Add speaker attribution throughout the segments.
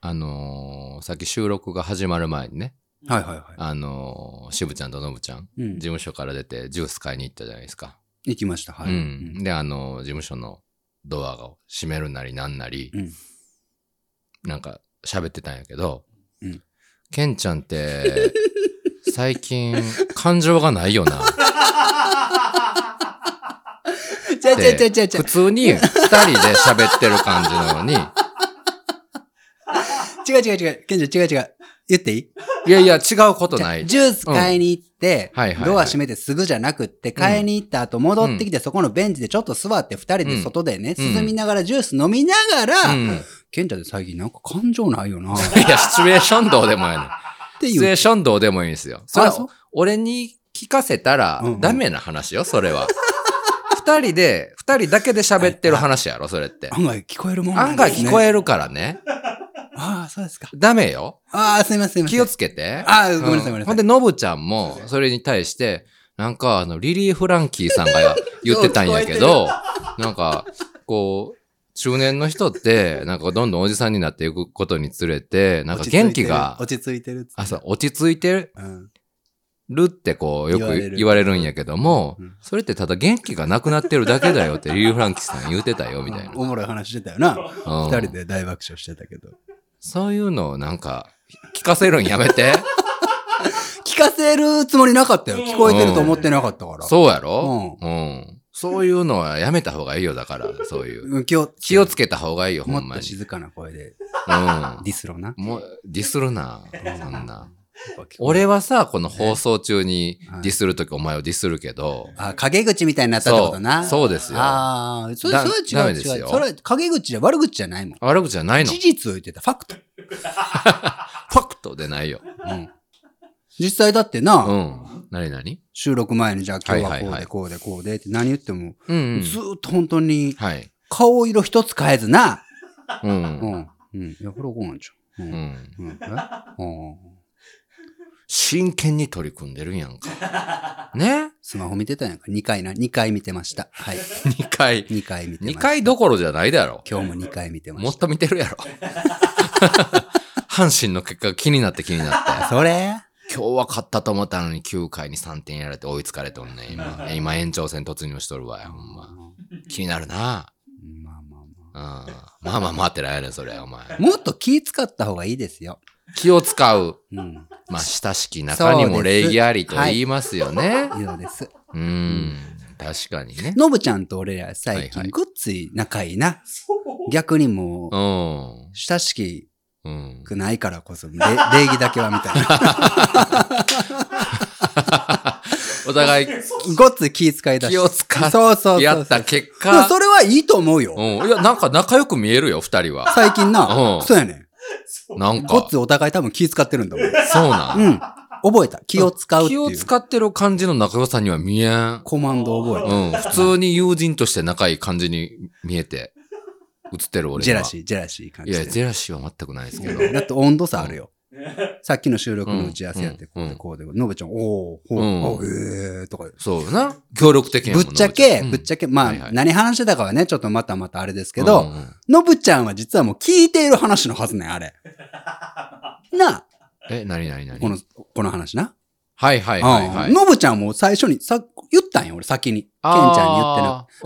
Speaker 1: あのーさっき収録が始まる前にね、
Speaker 2: はいはいは
Speaker 1: あのー、渋ちゃんとのぶちゃん、
Speaker 2: い。うん
Speaker 1: 事。務所から出てジュース買いに行ったじゃないですか。
Speaker 2: 行きました。はい。
Speaker 1: う
Speaker 2: うん
Speaker 1: ん。で、あのー事務所のドアを閉めるなりなんなり、
Speaker 2: うん
Speaker 1: なんか喋ってたんやけど、
Speaker 2: うん
Speaker 1: ケンちゃん って、最近、感情がないよな。
Speaker 2: ちゃうちゃうちゃうちゃうちゃ
Speaker 1: 普通に二人で喋ってる感じなのに、
Speaker 2: う。違う違う違う。ケンちゃん違う違う。言っていい
Speaker 1: いやいや、違うことない。
Speaker 2: ジュース買いに行って、
Speaker 1: うんはいはいはい
Speaker 2: ドア閉めてすぐじゃなくって、買いに行った後戻ってきて、そこのベンチでちょっと座って二人で外でね、
Speaker 1: うん
Speaker 2: 涼みながらジュース飲みながら、
Speaker 1: うん
Speaker 2: ケンちゃんって最近なんか感情ないよな、っ
Speaker 1: いや、シチュエーションどうでもいいねん。
Speaker 2: て
Speaker 1: シチュエ
Speaker 2: いう。
Speaker 1: ーションどうでもいいんですよ。それ
Speaker 2: そう
Speaker 1: は、俺に聞かせたら
Speaker 2: うんうん
Speaker 1: ダメな話よ、それは。 二人で、二人だけで喋ってる話やろ、それって。
Speaker 2: 案外聞こえるもん
Speaker 1: 案外聞こ
Speaker 2: え
Speaker 1: えるからね。
Speaker 2: ああ、そうですか。
Speaker 1: ダメよ。
Speaker 2: ああ、すいません、すい
Speaker 1: 気
Speaker 2: ま
Speaker 1: を
Speaker 2: せん。
Speaker 1: つけて。
Speaker 2: あーごめんなさいごめんなさい
Speaker 1: うほんで、ノブちゃんも、それに対して、なんか、あの、リリー・フランキーさん が言ってたんやけど、なんか、こう、中年の人って、なんかどんどんおじさんになっていくことにつれて、なんか元気が、
Speaker 2: 落ち着いてる。
Speaker 1: あ、そう、落ち着いてる
Speaker 2: うん。
Speaker 1: るってこうよ
Speaker 2: 言われ
Speaker 1: く
Speaker 2: る
Speaker 1: 言われるんやけども、
Speaker 2: うん
Speaker 1: それってただ元気がなくなってるだけだよってリリー・フランキーさん言うてたよみたいな。
Speaker 2: おもろい話してたよな。
Speaker 1: うん
Speaker 2: 二人で大爆笑してたけど。
Speaker 1: そういうのをなんか聞かせるんやめて。
Speaker 2: 聞かせるつもりなかったよ。聞こえてると思ってなかったから。
Speaker 1: そうやろ、うんそういうのはやめた方がいいよだから、そういう。
Speaker 2: うん。気を、
Speaker 1: 気をつけた方がいいよ、ほ
Speaker 2: も
Speaker 1: ん
Speaker 2: っ
Speaker 1: ま
Speaker 2: と
Speaker 1: に。
Speaker 2: 静かな声で
Speaker 1: う
Speaker 2: ディスロな。
Speaker 1: ん。もう、ディスるな、そんな。
Speaker 2: やっぱ聞こえる
Speaker 1: 俺はさ、この放送中に
Speaker 2: はい
Speaker 1: ディスるときお前をディスるけど、
Speaker 2: あ、陰口みたいになったってことな。
Speaker 1: そうそうですよ
Speaker 2: ああ、それ、
Speaker 1: だ
Speaker 2: それ
Speaker 1: ダ
Speaker 2: は
Speaker 1: メ
Speaker 2: 違う
Speaker 1: です
Speaker 2: 違
Speaker 1: よ
Speaker 2: う。それは陰口じゃ悪口じゃないもん。
Speaker 1: 悪口じゃないの。
Speaker 2: 事
Speaker 1: フ
Speaker 2: 実を言ってた。ファクト。
Speaker 1: ァクトでないよ。
Speaker 2: うん。実際だってな、
Speaker 1: うん。なになに
Speaker 2: 収録前にじゃあ今日
Speaker 1: は
Speaker 2: はい
Speaker 1: はい
Speaker 2: こう
Speaker 1: はい
Speaker 2: でこうでこうでって何言っても、
Speaker 1: うん、うん。
Speaker 2: ずーっと本当に
Speaker 1: はい。
Speaker 2: 顔色一つ変えずな。
Speaker 1: うん
Speaker 2: う。ん。うん。いや、これこうなんちゃう。う。
Speaker 1: うんん、
Speaker 2: うん。えうん
Speaker 1: 真剣に取り組んでるやんか。 ね
Speaker 2: スマホ見てたんやんか。2回な、2回見てました。はい。
Speaker 1: ?2 回。
Speaker 2: 2回見てま
Speaker 1: 2
Speaker 2: した。
Speaker 1: 回どころじゃないだろ。
Speaker 2: 今日も2回見てま
Speaker 1: も
Speaker 2: し
Speaker 1: っと見てるや ろ。阪神の結果が気になって気にな って。
Speaker 2: た。それ
Speaker 1: 今日は勝ったと思ったのに9回に3点やられて追いつかれとんねん今。今延長戦突入しとるわよ、ほんま。気になるな。
Speaker 2: まあまあま
Speaker 1: うん。まあまあまあってなんやねん、それ、お前。
Speaker 2: あ。もっと気使った方がいいですよ。
Speaker 1: 気を使う。
Speaker 2: うん。
Speaker 1: まあ、親しき中にも礼儀ありと言いますよね。
Speaker 2: 以上です。
Speaker 1: うん。確かにね。
Speaker 2: のぶちゃんと俺ら最
Speaker 1: はいは
Speaker 2: 近
Speaker 1: い
Speaker 2: ごっつい仲いいな。逆にもう
Speaker 1: う、ん。
Speaker 2: 親し
Speaker 1: うん。
Speaker 2: くないからこそ、 れ礼儀だけはみたいな。
Speaker 1: お互い
Speaker 2: ごっつい気遣いだし。
Speaker 1: 気を使っ
Speaker 2: そうそうそうそう
Speaker 1: てやった結
Speaker 2: でも
Speaker 1: 果、
Speaker 2: それはいいと思うよ。
Speaker 1: うん。いや、なんか仲良く見えるよ、二人は。
Speaker 2: 最近な。
Speaker 1: うん
Speaker 2: そうやねん。
Speaker 1: なん
Speaker 2: ごっ
Speaker 1: か、
Speaker 2: ついお互い多分気遣ってるんだもん。う
Speaker 1: そうなん。
Speaker 2: ん。覚えた。気を使うってい
Speaker 1: 気
Speaker 2: う。
Speaker 1: を使ってる感じの仲良さには見えん。
Speaker 2: コマンド覚え
Speaker 1: うん。普通に友人として仲いい感じに見えて、映ってる俺には。
Speaker 2: た。ジェラシー、ジェラシー感
Speaker 1: い
Speaker 2: じで。
Speaker 1: や、ジェラシーは全くないですけど。
Speaker 2: だって温度差あるよ。さっきの収録の打ち合わせやって、
Speaker 1: うん
Speaker 2: こうでこうで、のべちゃん、おー、ほう、
Speaker 1: うん
Speaker 2: あえーとか。
Speaker 1: そうよな。協力的やも
Speaker 2: ぶ
Speaker 1: ん
Speaker 2: っちゃけ、
Speaker 1: うん
Speaker 2: ぶっちゃけ、まあ、
Speaker 1: はいはい
Speaker 2: 何話してたかはね、ちょっとまたまたあれですけ
Speaker 1: う
Speaker 2: ど、
Speaker 1: んうん
Speaker 2: のぶちゃんは実はもう聞いている話のはずね、あれ。な
Speaker 1: え、なになにな
Speaker 2: あ、
Speaker 1: に
Speaker 2: この、この話な。
Speaker 1: はいはいはいは
Speaker 2: うん
Speaker 1: い。
Speaker 2: のぶちゃんも最初に、さ、言ったんよ、俺先に。ケンちゃんに言ってな。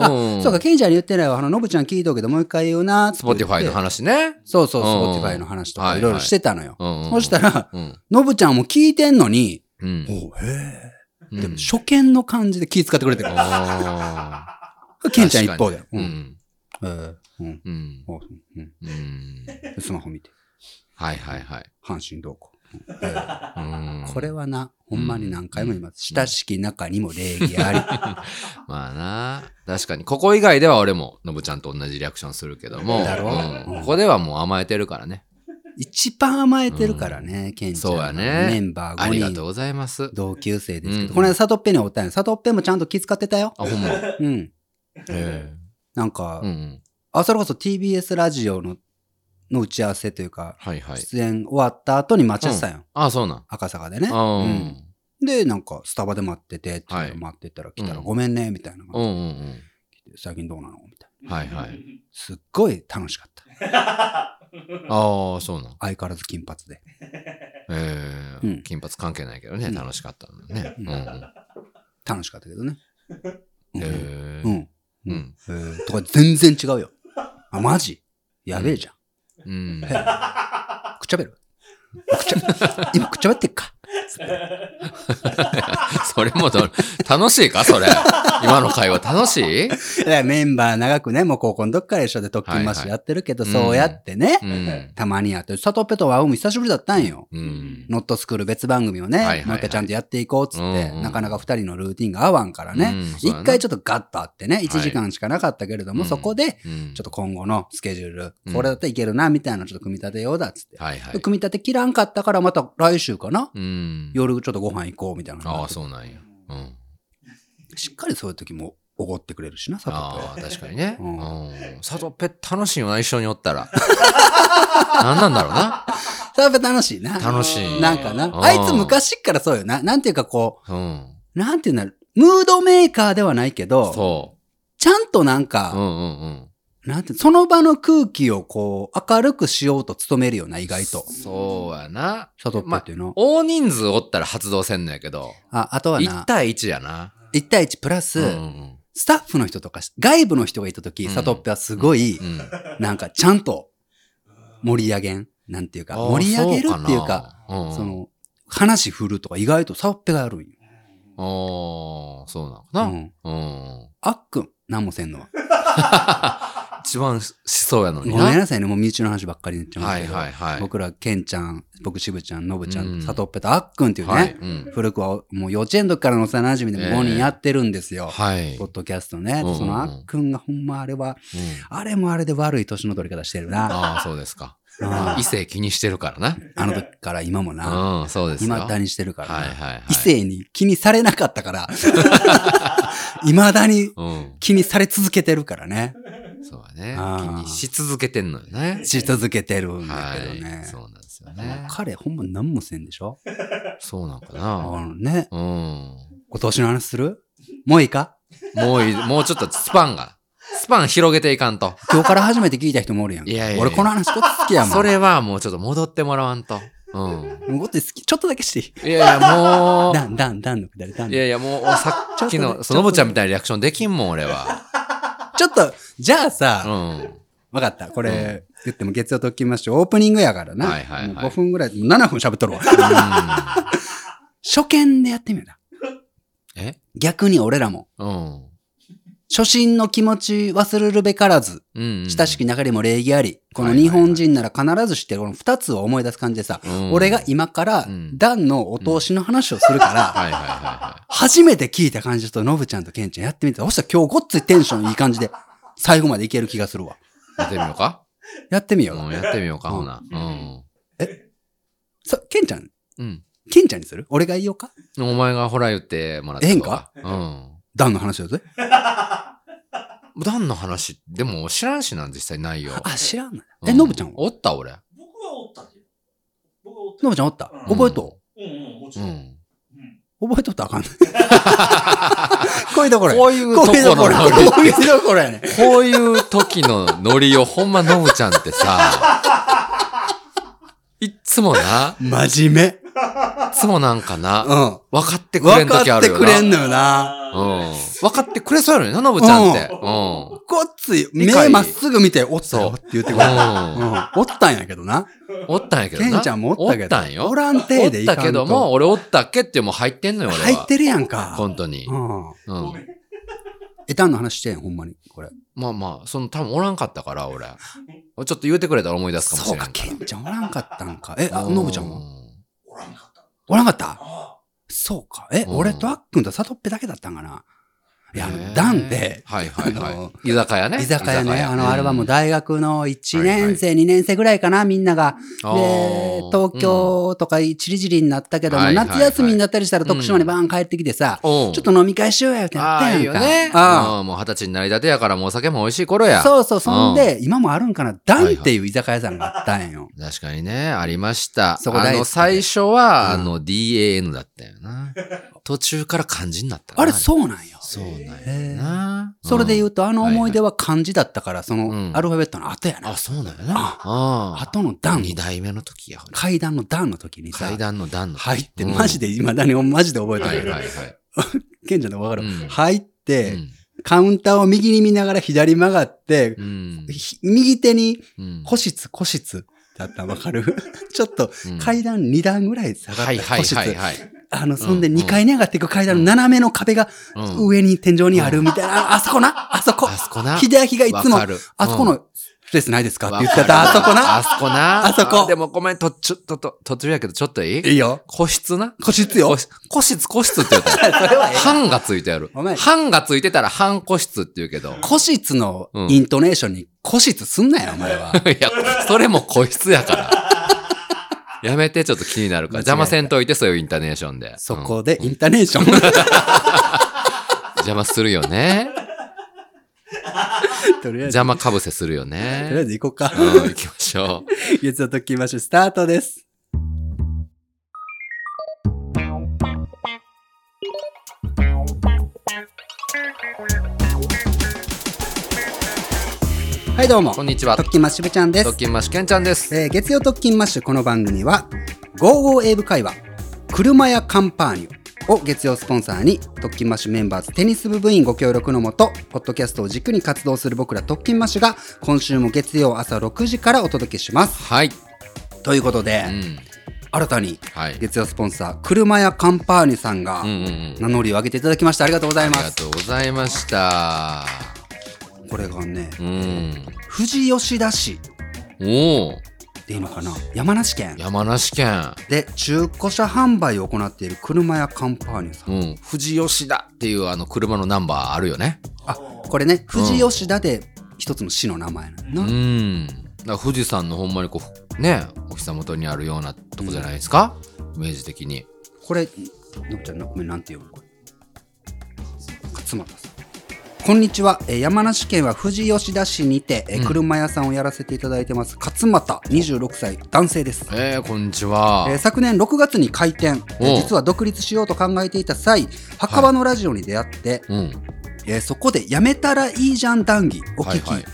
Speaker 1: あー、
Speaker 2: そうか、ケンちゃんに言ってないわ、あの、のぶちゃん聞いとくけど、もう一回言うな、
Speaker 1: スポティファイの。話ね。
Speaker 2: そうそう、スポ
Speaker 1: うん
Speaker 2: ティファイの話と
Speaker 1: はい
Speaker 2: か
Speaker 1: はい
Speaker 2: いろいろしてたのよ。
Speaker 1: うんうん。
Speaker 2: そしたら、
Speaker 1: うん。
Speaker 2: のぶちゃんも聞いてんのに、
Speaker 1: うん。
Speaker 2: おうへ
Speaker 1: う
Speaker 2: え。
Speaker 1: ん
Speaker 2: でも、初見の感じで気遣ってくれてる。
Speaker 1: あ
Speaker 2: ケンちゃん一方で。
Speaker 1: ーう
Speaker 2: うん。
Speaker 1: ん。
Speaker 2: うん。うん
Speaker 1: うん。
Speaker 2: おうん
Speaker 1: うん。
Speaker 2: スマホ見て。
Speaker 1: はいはいはい。
Speaker 2: 阪神どうこううんえ
Speaker 1: う
Speaker 2: え
Speaker 1: ん。
Speaker 2: これはな、ほんまに何回も言います。親しき中にも礼儀あり。
Speaker 1: まあな。確かに。ここ以外では俺も、のぶちゃんと同じリアクションするけども。
Speaker 2: だろ
Speaker 1: うんここではもう甘えてるからね。
Speaker 2: 一番甘えてるからね、ケンちゃん。
Speaker 1: そうやね
Speaker 2: メンバ
Speaker 1: あり
Speaker 2: ー
Speaker 1: が
Speaker 2: 5
Speaker 1: とう
Speaker 2: 人。
Speaker 1: ございます。
Speaker 2: 同級生ですけ
Speaker 1: う
Speaker 2: ど。
Speaker 1: ん
Speaker 2: この間、サトッペにおったんや。サトッペもちゃんと気遣ってたよ。
Speaker 1: あ、ほんま。へ
Speaker 2: うん。
Speaker 1: え
Speaker 2: なん
Speaker 1: うんう
Speaker 2: か、
Speaker 1: ん。
Speaker 2: あ、それこそ TBS ラジオの、の打ち合わせというか、
Speaker 1: はいはい。
Speaker 2: 出演終わった後に待ち合わせたんよ。
Speaker 1: あ、そうなん。
Speaker 2: 赤坂でね。
Speaker 1: あーう
Speaker 2: うん
Speaker 1: ん。
Speaker 2: で、なんか、スタバで待ってて、っていうのを
Speaker 1: はい
Speaker 2: 待ってたら来たら、
Speaker 1: うん
Speaker 2: ごめんね、みたいな。
Speaker 1: うんうんうん。
Speaker 2: 最近どうなのみたいな。
Speaker 1: はい はい。
Speaker 2: すっごい楽しかった。
Speaker 1: ああ、そうなん。
Speaker 2: 相変わらず金髪で。
Speaker 1: え
Speaker 2: うん
Speaker 1: ー、金髪関係ないけどね、
Speaker 2: うん
Speaker 1: 楽しかったんだね。う
Speaker 2: うんん
Speaker 1: うん。
Speaker 2: 楽しかったけどね。うん
Speaker 1: え
Speaker 2: う
Speaker 1: ー
Speaker 2: ん。
Speaker 1: う
Speaker 2: うんん。えーとか全然違うよ。あ、マジやべえじゃん。
Speaker 1: うん。
Speaker 2: へえくっちゃべるくっちゃ、今くっちゃべってっか。
Speaker 1: それもど、楽しいかそれ。今の会話楽しい
Speaker 2: だからメンバー長くね、もう高校の時から一緒で特訓マッシュやってるけど、
Speaker 1: はいはい
Speaker 2: そうやってね、
Speaker 1: うん。
Speaker 2: たまにやってる。サトペとワウも久しぶりだったんよ。
Speaker 1: うん。
Speaker 2: ノットスクール別番組をね、
Speaker 1: はいはいはい
Speaker 2: もう一回ちゃんとやっていこうっつって、
Speaker 1: うんうん
Speaker 2: なかなか二人のルーティンが合わんからね、
Speaker 1: うんそう
Speaker 2: 一、
Speaker 1: やな
Speaker 2: 回ちょっとガッとあってね、一時間しかなかったけれども、
Speaker 1: うん
Speaker 2: そこで、
Speaker 1: うん
Speaker 2: ちょっと今後のスケジュール、
Speaker 1: うん
Speaker 2: これだったらいけるな、みたいなのちょっと組み立てようだっつって。
Speaker 1: はいは
Speaker 2: で
Speaker 1: い。
Speaker 2: 組み立て切らんかったから、また来週かな、
Speaker 1: うん。
Speaker 2: 夜ちょっとご飯行こう、みたいな。
Speaker 1: ああ、そうなんや。うん。
Speaker 2: しっかりそういう時もおごってくれるしな、サトペは
Speaker 1: ああ、確かにね。
Speaker 2: うん
Speaker 1: うん。佐藤ペッ楽しいよな、一緒におったら。 何なんだろうな。
Speaker 2: サトペ楽しいな。
Speaker 1: 楽しい。
Speaker 2: なんかな
Speaker 1: う。ん
Speaker 2: あいつ昔っからそうよな。なんていうかこ
Speaker 1: うん。
Speaker 2: う、なんていうんだろう。ムードメーカーではないけど、
Speaker 1: そ
Speaker 2: ちゃんとなん
Speaker 1: う。うん
Speaker 2: か、
Speaker 1: うんうん。
Speaker 2: なんて、その場の空気をこう、明るくしようと努めるよな、意外と。
Speaker 1: そうやな。
Speaker 2: サトペっていうの。
Speaker 1: 大人数おったら発動せんのやけど、
Speaker 2: あ、あとは
Speaker 1: 1
Speaker 2: な、
Speaker 1: 対1やな。
Speaker 2: 1対1プラス、
Speaker 1: うんうん
Speaker 2: スタッフの人とか、外部の人がいたとき、
Speaker 1: うん
Speaker 2: サトッペはすごい、
Speaker 1: うん。うん
Speaker 2: なんかちゃんと盛り上げん。なんていうか、
Speaker 1: あー
Speaker 2: 盛り上げるっていうか、、
Speaker 1: そうな
Speaker 2: そ、の、話振るとか意外とサトッペがやるんよ。
Speaker 1: ああ、そうなのか
Speaker 2: う
Speaker 1: な、うん
Speaker 2: ん。あっくん、なんもせんのは。
Speaker 1: 一番しそうやのに
Speaker 2: ごめんなさいね、もう身内の話ばっかりになっちゃいます
Speaker 1: は
Speaker 2: け
Speaker 1: い
Speaker 2: ど。
Speaker 1: はいはい。
Speaker 2: 僕ら、ケンちゃん、僕、しぶちゃん、のぶちゃ
Speaker 1: うん
Speaker 2: ん、さとっぺとあっくんっていうね、
Speaker 1: はい。うん
Speaker 2: 古くはもう幼稚園の時からの幼馴染でも5人やってるんですよ。
Speaker 1: はい。
Speaker 2: ポッドキャストね。
Speaker 1: うん
Speaker 2: そのあっくんがほんまあれは、
Speaker 1: うん
Speaker 2: あれもあれで悪い年の取り方してるな。
Speaker 1: ああ、そうですか。
Speaker 2: あ
Speaker 1: 異性気にしてるから
Speaker 2: あの時から今もな。
Speaker 1: な。うん、そうですよ。
Speaker 2: 今だにしてるからな、
Speaker 1: はいはいはい。
Speaker 2: 異性に気にされなかっ たから、未だに
Speaker 1: うん。
Speaker 2: 気にされ続けてるからね。
Speaker 1: そうだね。
Speaker 2: あ
Speaker 1: 気
Speaker 2: ー
Speaker 1: にし続けてんのよね。
Speaker 2: し続けてるんだ
Speaker 1: は
Speaker 2: けどね。
Speaker 1: い。そうなんですよね。
Speaker 2: 彼ほんま何もせんでしょ
Speaker 1: そうなんか
Speaker 2: あ
Speaker 1: な。
Speaker 2: のね。
Speaker 1: うん。
Speaker 2: 今年の話するもういいか
Speaker 1: もういい、もうちょっとスパンが、スパン広げていかんと。
Speaker 2: 今日から初めて聞いた人もおるやんか。
Speaker 1: いやいやいや
Speaker 2: 俺この話こっち好きやもん。
Speaker 1: それはもうちょっと戻ってもらわんと。うん。
Speaker 2: もうこっち好き。ちょっとだけしていい
Speaker 1: いやいや、も
Speaker 2: ダン、ダン、ダンのくだり、ダン
Speaker 1: う。
Speaker 2: の
Speaker 1: いやいや、もう、さ っきの、そのぼちゃんみたいなリアクションできんもん、俺は。
Speaker 2: ちょっと、じゃあさ、
Speaker 1: う
Speaker 2: わ、
Speaker 1: ん。
Speaker 2: かった。これ、言っても月曜ときましょう。オープニングやからな。
Speaker 1: はいはいはい
Speaker 2: もう5分ぐらい、もう7分喋っとるわ。初見でやってみような。
Speaker 1: え
Speaker 2: 逆に俺らも。
Speaker 1: うん。
Speaker 2: 初心の気持ち忘れるべからず、
Speaker 1: うん。
Speaker 2: 親しき流れも礼儀あり、こ
Speaker 1: は
Speaker 2: の
Speaker 1: いはいはい
Speaker 2: 日本人なら必ず知ってるこの2つを思い出す感じでさ、
Speaker 1: うん
Speaker 2: 俺が今から
Speaker 1: うん、
Speaker 2: ダンのお通しの話をするから、
Speaker 1: はいはいは
Speaker 2: 初めて聞いた感じと、ノブちゃんとケンちゃんやってみて、そしたら今日ごっついテンションいい感じで、最後までいける気がするわ。
Speaker 1: いはい。やってみよう か。
Speaker 2: やってみよう。
Speaker 1: うん、やってみようか、
Speaker 2: うん
Speaker 1: ほな。うん。
Speaker 2: さ、ケンちゃん、
Speaker 1: うん。
Speaker 2: ケンちゃんにする俺が言おうか
Speaker 1: お前がほら言ってもらって。
Speaker 2: ええんか
Speaker 1: うん。
Speaker 2: ダンの話だぜ。
Speaker 1: ダンの話、でも知らんしな、実際内容。
Speaker 2: あ、知らんのよ
Speaker 1: うん
Speaker 2: え、ノブちゃんは
Speaker 1: おった、俺。
Speaker 3: 僕はおったで。僕はおった
Speaker 2: ノ
Speaker 3: よ。
Speaker 2: ブちゃんおった
Speaker 3: うん
Speaker 2: 覚えと
Speaker 3: うんうん、もち
Speaker 1: う。
Speaker 3: ろん。うんん
Speaker 2: う覚えとったらあ かんない。こういうところや。
Speaker 1: こういうと
Speaker 2: こういうと
Speaker 1: こ
Speaker 2: ころ
Speaker 1: ろ
Speaker 2: や。
Speaker 1: の
Speaker 2: こういうところやね。
Speaker 1: こういう時のノリを、ほんま、ノブちゃんって さ、いっつもな、
Speaker 2: 真面目。
Speaker 1: いっつもなんか
Speaker 2: う
Speaker 1: な、
Speaker 2: ん。
Speaker 1: 分かってくれ
Speaker 2: 分
Speaker 1: ん時
Speaker 2: か
Speaker 1: あ
Speaker 2: っ
Speaker 1: る
Speaker 2: て
Speaker 1: よ
Speaker 2: く
Speaker 1: な。
Speaker 2: れんのよな。
Speaker 3: あー
Speaker 1: うん。分かってくれそうやのよな、ノブちゃんって。うん。
Speaker 2: ごっつい、
Speaker 1: 理解
Speaker 2: 目まっすぐ見て、おったよって言ってくれる。う
Speaker 1: うん
Speaker 2: ん。おったんやけどな。
Speaker 1: おったんやけど
Speaker 2: ケ
Speaker 1: な。
Speaker 2: ンちゃんもおったけど。
Speaker 1: おったんよ
Speaker 2: お。らん
Speaker 1: お
Speaker 2: 程
Speaker 1: っ
Speaker 2: でいかん
Speaker 1: た
Speaker 2: と
Speaker 1: けども、、俺おったっけってもう入ってんのよ、俺は。
Speaker 2: 入ってるやんか。
Speaker 1: 本当に
Speaker 2: う。ん。
Speaker 1: うん
Speaker 3: ごめ。ん。
Speaker 2: え、ダンの話してん、ほんまに。これ。
Speaker 1: まあまあ、その多分おらんかったから、俺。ちょっと言うてくれたら思い出すかもし
Speaker 2: そ
Speaker 1: れ
Speaker 2: うんか、ケンちゃんおらんかったんか。え、あ、
Speaker 1: うん
Speaker 2: ノブちゃんは
Speaker 3: おらんかった。
Speaker 2: おらんかった
Speaker 3: あ
Speaker 2: そうか。え、
Speaker 1: うん
Speaker 2: 俺とあっくんとサトッペだけだったんかな。いや、あ
Speaker 1: ね
Speaker 2: の、
Speaker 1: え
Speaker 2: ダンで、
Speaker 1: はいはいは
Speaker 2: あの
Speaker 1: い。居酒屋ね。
Speaker 2: 居酒屋ね、あの、
Speaker 1: うん
Speaker 2: あれはもう大学の1
Speaker 1: はいはい
Speaker 2: 年生、2年生ぐらいかな、みんなが。
Speaker 1: あ
Speaker 2: で、
Speaker 1: ー
Speaker 2: 東京とかチリジリになったけど
Speaker 1: は
Speaker 2: も、
Speaker 1: いはいはい
Speaker 2: 夏休みになったりしたら徳島にバーン帰ってきてさ、
Speaker 1: うん、
Speaker 2: ちょっと飲み会しようやってな
Speaker 1: あ
Speaker 2: った
Speaker 1: あ、いい
Speaker 2: や
Speaker 1: よ
Speaker 2: んか。
Speaker 1: ね。
Speaker 2: あ
Speaker 1: あもう二十歳になりたてやから、もうお酒も美味しい頃や。
Speaker 2: あそうそう、そんで、今もあるんかな、ダンっていう居酒屋さんがあったんよ。
Speaker 1: 確かにね、ありました。
Speaker 2: そこ大好き
Speaker 1: あ
Speaker 2: で
Speaker 1: の、最初は、
Speaker 2: うん
Speaker 1: あの、DAN だったよな。途中から漢字になったな
Speaker 2: あれ、そうなんよ。
Speaker 3: そうなん
Speaker 2: へ
Speaker 3: や
Speaker 2: ー
Speaker 3: な。
Speaker 2: それで言
Speaker 3: う
Speaker 2: うと、あの思い出は漢字だったから、そ
Speaker 1: うん
Speaker 2: のアルファベットの後や
Speaker 3: ん。
Speaker 2: な。
Speaker 3: あ、そうなんやな。あ
Speaker 2: 後の段。
Speaker 3: 二代目の時や。ほら
Speaker 2: 階段の段の時にさ、
Speaker 3: 階段の段の時。
Speaker 2: 入って、
Speaker 3: うん
Speaker 2: マジで、今だにマジで覚えて
Speaker 1: は
Speaker 2: る
Speaker 1: い
Speaker 2: けど
Speaker 1: はいはい。
Speaker 2: ケンちゃんのわかる
Speaker 1: うん。
Speaker 2: 入って、
Speaker 1: うん
Speaker 2: カウンターを右に見ながら左曲がって、
Speaker 1: うん
Speaker 2: ひ右手に
Speaker 1: うん
Speaker 2: 個室、個室だったのわかる ちょっと
Speaker 1: うん
Speaker 2: 階段2段ぐらい下がっ
Speaker 1: はい
Speaker 2: た
Speaker 1: は
Speaker 2: 個
Speaker 1: い
Speaker 2: 室。
Speaker 1: はいはい。
Speaker 2: あの、そんで
Speaker 1: うん
Speaker 2: 2階に上がっていく階段の斜めの壁が
Speaker 1: うん
Speaker 2: 上に天井にあるみたいな、ああそこな、あそこ
Speaker 3: あ。そこな。
Speaker 2: 秀明がいつも
Speaker 1: わ、かる
Speaker 2: あそこ
Speaker 1: うん
Speaker 2: のスペースないですかって言って
Speaker 1: わかる
Speaker 2: た、あそこな。
Speaker 1: あそこな。
Speaker 2: あそこ
Speaker 1: でもごめん、と、ちょ、と、と、途中やけど、ちょっといい
Speaker 2: いい よ。
Speaker 1: 個室な
Speaker 2: 個室よ。
Speaker 1: 個室、個室って言った
Speaker 2: それ はええ
Speaker 1: 半がついてある。
Speaker 2: お前
Speaker 1: 半がついてたら半個室って言うけど。
Speaker 2: 個室のイントネーションに個室すんなよ、お前は。
Speaker 1: いや、それも個室やから。やめて、ちょっと気になるから。
Speaker 2: 間違えた
Speaker 1: 邪魔せんといて、そういうインターネーションで。
Speaker 2: そ
Speaker 1: うん
Speaker 2: こでインターネーション。
Speaker 1: 邪魔するよ ね。
Speaker 2: とりあえず、
Speaker 1: 邪魔かぶせするよ
Speaker 2: とりあえ
Speaker 1: ね。
Speaker 2: ず行こうか。
Speaker 1: うん、行きましょう。
Speaker 2: 月曜特勤マッシュスタートです。はい、どうも。
Speaker 1: こんにちは
Speaker 2: 特。勤マッシュ部ちゃんです
Speaker 1: ド。キンマシケンちゃんです。
Speaker 2: えー月曜特勤マッシュこの番組は「55英語会話車やカンパーニュ」を月曜スポンサーに特勤マッシュメンバーズテニス部部員ご協力のもとポッドキャストを軸に活動する僕ら特勤マッシュが今週も月曜朝6時からお届けします。
Speaker 1: はい。
Speaker 2: ということで、
Speaker 1: うん。
Speaker 2: 新たに
Speaker 1: はい。
Speaker 2: 月曜スポンサー車やカンパーニュさんが
Speaker 1: うんうんうん。
Speaker 2: 名乗りを上げていただきましてありがとうござい
Speaker 1: あり
Speaker 2: ま
Speaker 1: が
Speaker 2: す。
Speaker 1: とうございました。
Speaker 2: これがね
Speaker 1: うん。
Speaker 2: 富士吉田市
Speaker 1: おお
Speaker 2: っていうのかな山梨県
Speaker 1: 山梨県。
Speaker 2: で中古車販売を行っている車やカンパーニュさん
Speaker 1: うん。富士吉田っていうあの車のナンバーあるよね。
Speaker 2: あこれね富士吉田で一つの市の名前な
Speaker 1: う
Speaker 2: のな、
Speaker 1: ん。だから富士山のほんまにこう、ね、お膝元にあるようなとこじゃないですか、イメージ的に。
Speaker 2: これのぶちゃんごめんなんて読むこれ勝俣さんこんにちは、えー山梨県は富士吉田市にて、えー
Speaker 1: うん
Speaker 2: 車屋さんをやらせていただいてます勝俣26歳男性です、
Speaker 1: えー、こんにちは。
Speaker 2: えー昨年6月に開店えー
Speaker 1: おう
Speaker 2: 実は独立しようと考えていた際墓場のラジオに出会って、
Speaker 1: うん。
Speaker 2: えーそこで「やめたらいいじゃん談義」を
Speaker 1: はい
Speaker 2: 聞き、
Speaker 1: はい。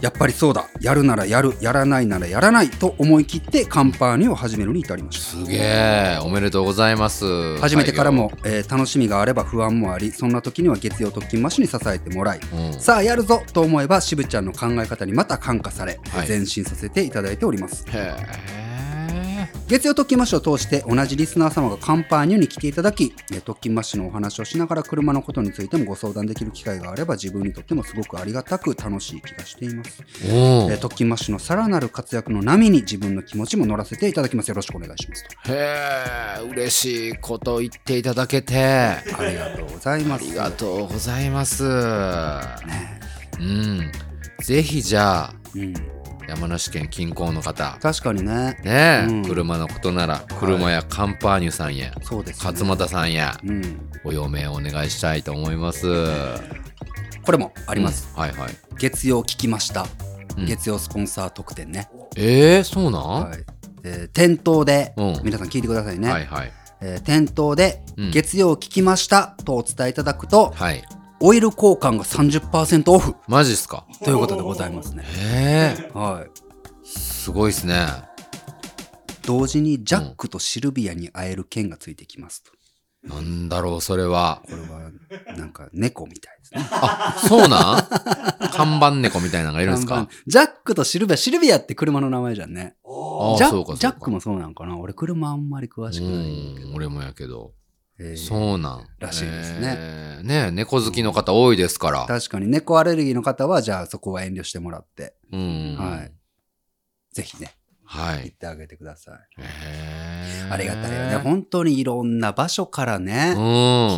Speaker 2: やっぱりそうだやるならやるやらないならやらないと思い切ってカンパーニュを始めるに至りました
Speaker 1: うん、すげえ、おめでとうございます。
Speaker 2: 始めてからも、えー楽しみがあれば不安もありそんな時には月曜特勤マッシュに支えてもらい
Speaker 1: 開業。うん。
Speaker 2: さあやるぞと思えば渋ちゃんの考え方にまた感化され、
Speaker 1: はい
Speaker 2: 前進させていただいております
Speaker 1: へ
Speaker 2: 月曜特勤マッシュを通して同じリスナー様がカンパーニュに来ていただきえー特勤マッシュのお話をしながら車のことについてもご相談できる機会があれば自分にとってもすごくありがたく楽しい気がしています、
Speaker 1: え。おお。
Speaker 2: えー
Speaker 1: へ
Speaker 2: 特勤マッシュのさらなる活躍の波に自分の気持ちも乗らせていただきますよろしくお願いします
Speaker 1: え、嬉しいこと言っていただけて。
Speaker 2: ありがとうございま
Speaker 1: あり
Speaker 2: す
Speaker 1: がとうございます。うん。ぜひじゃあ、
Speaker 2: うん、
Speaker 1: 山梨県近郊の方、
Speaker 2: 確かにね
Speaker 1: ねえ、
Speaker 2: うん
Speaker 1: 車のことなら、車やカンパーニュさんや、
Speaker 2: そうです、ね、
Speaker 1: 勝俣さんや、
Speaker 2: うん、
Speaker 1: お嫁をお願いしたいと思います。
Speaker 2: これもあ
Speaker 1: あ
Speaker 2: ります、。
Speaker 1: はいはい。
Speaker 2: 月曜聞きました、
Speaker 1: うん
Speaker 2: 月曜スポンサー特典ね、
Speaker 1: ええそうなん、
Speaker 2: はいえー店頭で、
Speaker 1: うん
Speaker 2: 皆さん聞いてくださいね、
Speaker 1: はいはい。
Speaker 2: えー店頭で、
Speaker 1: うん
Speaker 2: 月曜聞きましたとお伝えいただくと
Speaker 1: はい。
Speaker 2: オイル交換が30%オフ
Speaker 1: マジっすか
Speaker 2: ということでございますね、
Speaker 1: ええ
Speaker 2: はい、
Speaker 1: すごいっすね。
Speaker 2: 同時にジャックとシルビアに会える券がついてきますと
Speaker 1: なんだろう、それは。
Speaker 2: これはなんか猫みたいですね
Speaker 1: あ、そうなん 看板猫みたいなのがいるんです
Speaker 2: 看
Speaker 1: か
Speaker 2: 板ジャックとシルビアシルビアって車の名前じゃんね
Speaker 1: あ
Speaker 2: ジャ
Speaker 1: そうかそうか
Speaker 2: ジャックもそうなんかな俺車あんまり詳しくないんだけ
Speaker 1: う
Speaker 2: ど
Speaker 1: ん、俺もやけど。
Speaker 2: えー
Speaker 1: そうなん。
Speaker 2: らしいですね
Speaker 1: えーねえ猫好きの方多いですから。
Speaker 2: 確かに猫アレルギーの方はじゃあそこは遠慮してもらって
Speaker 1: うん。
Speaker 2: はい。ぜひね
Speaker 1: は
Speaker 2: 行っ
Speaker 1: い。
Speaker 2: てあげてください、
Speaker 1: へー
Speaker 2: ありがたいよね本当にいろんな場所からね、
Speaker 1: う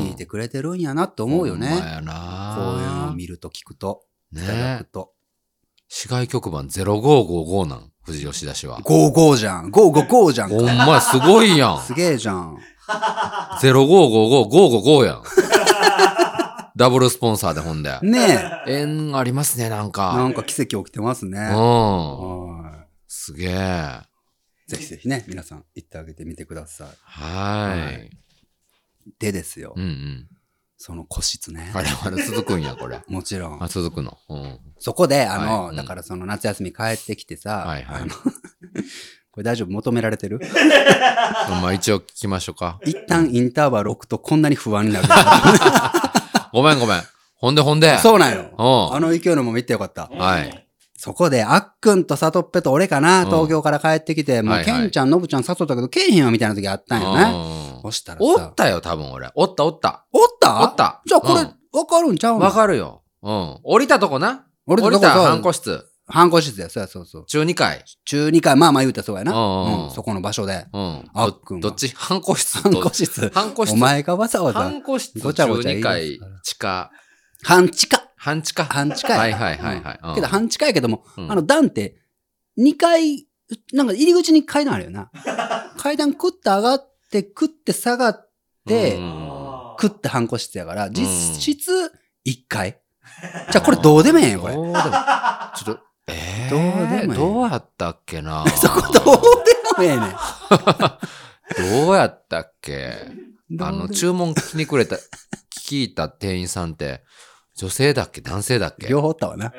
Speaker 1: ん。
Speaker 2: 聞いてくれてるんやなと思うよ
Speaker 1: ほんま
Speaker 2: ね
Speaker 1: や
Speaker 2: こ
Speaker 1: な
Speaker 2: ういうのを見ると聞くといただ
Speaker 1: ね
Speaker 2: くと、
Speaker 1: 市外局番0555なん、富士吉田市は。
Speaker 2: ゴーゴーじゃんゴーゴーゴーじゃん
Speaker 1: ほんまやすごいやん。
Speaker 2: すげえじゃん
Speaker 1: 0555555やん。 ダブルスポンサーでほんで。
Speaker 2: ねえ
Speaker 1: 縁ありますね、なん
Speaker 2: な
Speaker 1: か。
Speaker 2: んか奇跡起きてますね
Speaker 1: うん。
Speaker 2: は
Speaker 1: すげえ。はい
Speaker 2: ぜひぜひね皆さん行ってあげてみてください
Speaker 1: は。
Speaker 2: はいでですよ
Speaker 1: うんうん。
Speaker 2: その個室ね。
Speaker 1: あれあれ続くんや、これ。
Speaker 2: もちろん
Speaker 1: あ、。続くの。うん。
Speaker 2: そこで、あの、
Speaker 1: はいうん
Speaker 2: だからその夏休み帰ってきてさ、
Speaker 1: はいはい
Speaker 2: あの これ大丈夫求められてる
Speaker 1: まあ一応聞きましょうか。
Speaker 2: 一旦インターバル置くとこんなに不安になる。
Speaker 1: ごめんごめん。ほんでほんで。
Speaker 2: そうなんよ。
Speaker 1: うん。
Speaker 2: あの勢いのも見てよかった。
Speaker 1: はい。
Speaker 2: そこで、あっくんとさとっぺと俺かな、
Speaker 1: うん
Speaker 2: 東京から帰ってきて、も
Speaker 1: は
Speaker 2: う、
Speaker 1: いは
Speaker 2: け
Speaker 1: い
Speaker 2: んちゃん、のぶちゃん、誘ったけど、けえへんよみたいな時あったんよね。
Speaker 1: うん
Speaker 2: そしたら
Speaker 1: お
Speaker 2: さ
Speaker 1: っ、たよ、多分俺。おったおった。
Speaker 2: おった
Speaker 1: おった。
Speaker 2: じゃあこれ、
Speaker 1: うん
Speaker 2: わかるんちゃうの
Speaker 1: わかるよ。うん。降りたとこな。
Speaker 2: 降りた
Speaker 1: 降
Speaker 2: とこ
Speaker 1: りた
Speaker 2: そう
Speaker 1: 半個室。
Speaker 2: 半個室や、そうや、そうそう。
Speaker 1: 中2階。
Speaker 2: 中2回、まあまあ言うたらそうやな。
Speaker 1: うんうん
Speaker 2: うん、そこの場所で。
Speaker 1: うん。
Speaker 2: あっ
Speaker 1: ど
Speaker 2: くんは
Speaker 1: どっち半個室
Speaker 2: 半個
Speaker 1: と。
Speaker 2: 室。
Speaker 1: 半個室。
Speaker 2: お前がわざわざ、
Speaker 1: 半個室
Speaker 2: ごちゃごちゃ言
Speaker 1: 12
Speaker 2: い
Speaker 1: 階
Speaker 2: 出すから
Speaker 1: 地下。
Speaker 2: 半地下。
Speaker 1: 半地下。
Speaker 2: 半地下や。
Speaker 1: はいはいはいはい
Speaker 2: うん
Speaker 1: うん
Speaker 2: けど半地下やけども、
Speaker 1: うん
Speaker 2: あの段って、2階、なんか入り口に階段あるよな。階段くって上がって、くって下がっ
Speaker 1: う
Speaker 2: て、
Speaker 1: ん
Speaker 2: くって半個室やから、実質1階。じゃあこれどうでもええんや、これ。
Speaker 1: どうでも。ちょっと、えー、
Speaker 2: どうでもええ
Speaker 1: どうやったっけな
Speaker 2: そこどうでもええねん。
Speaker 1: どうやったっけあ
Speaker 2: どう
Speaker 1: の、
Speaker 2: でも
Speaker 1: 注文聞きにくれた、 聞いた店員さんって、女性だっけ男性だっけ
Speaker 2: 両方おったわな。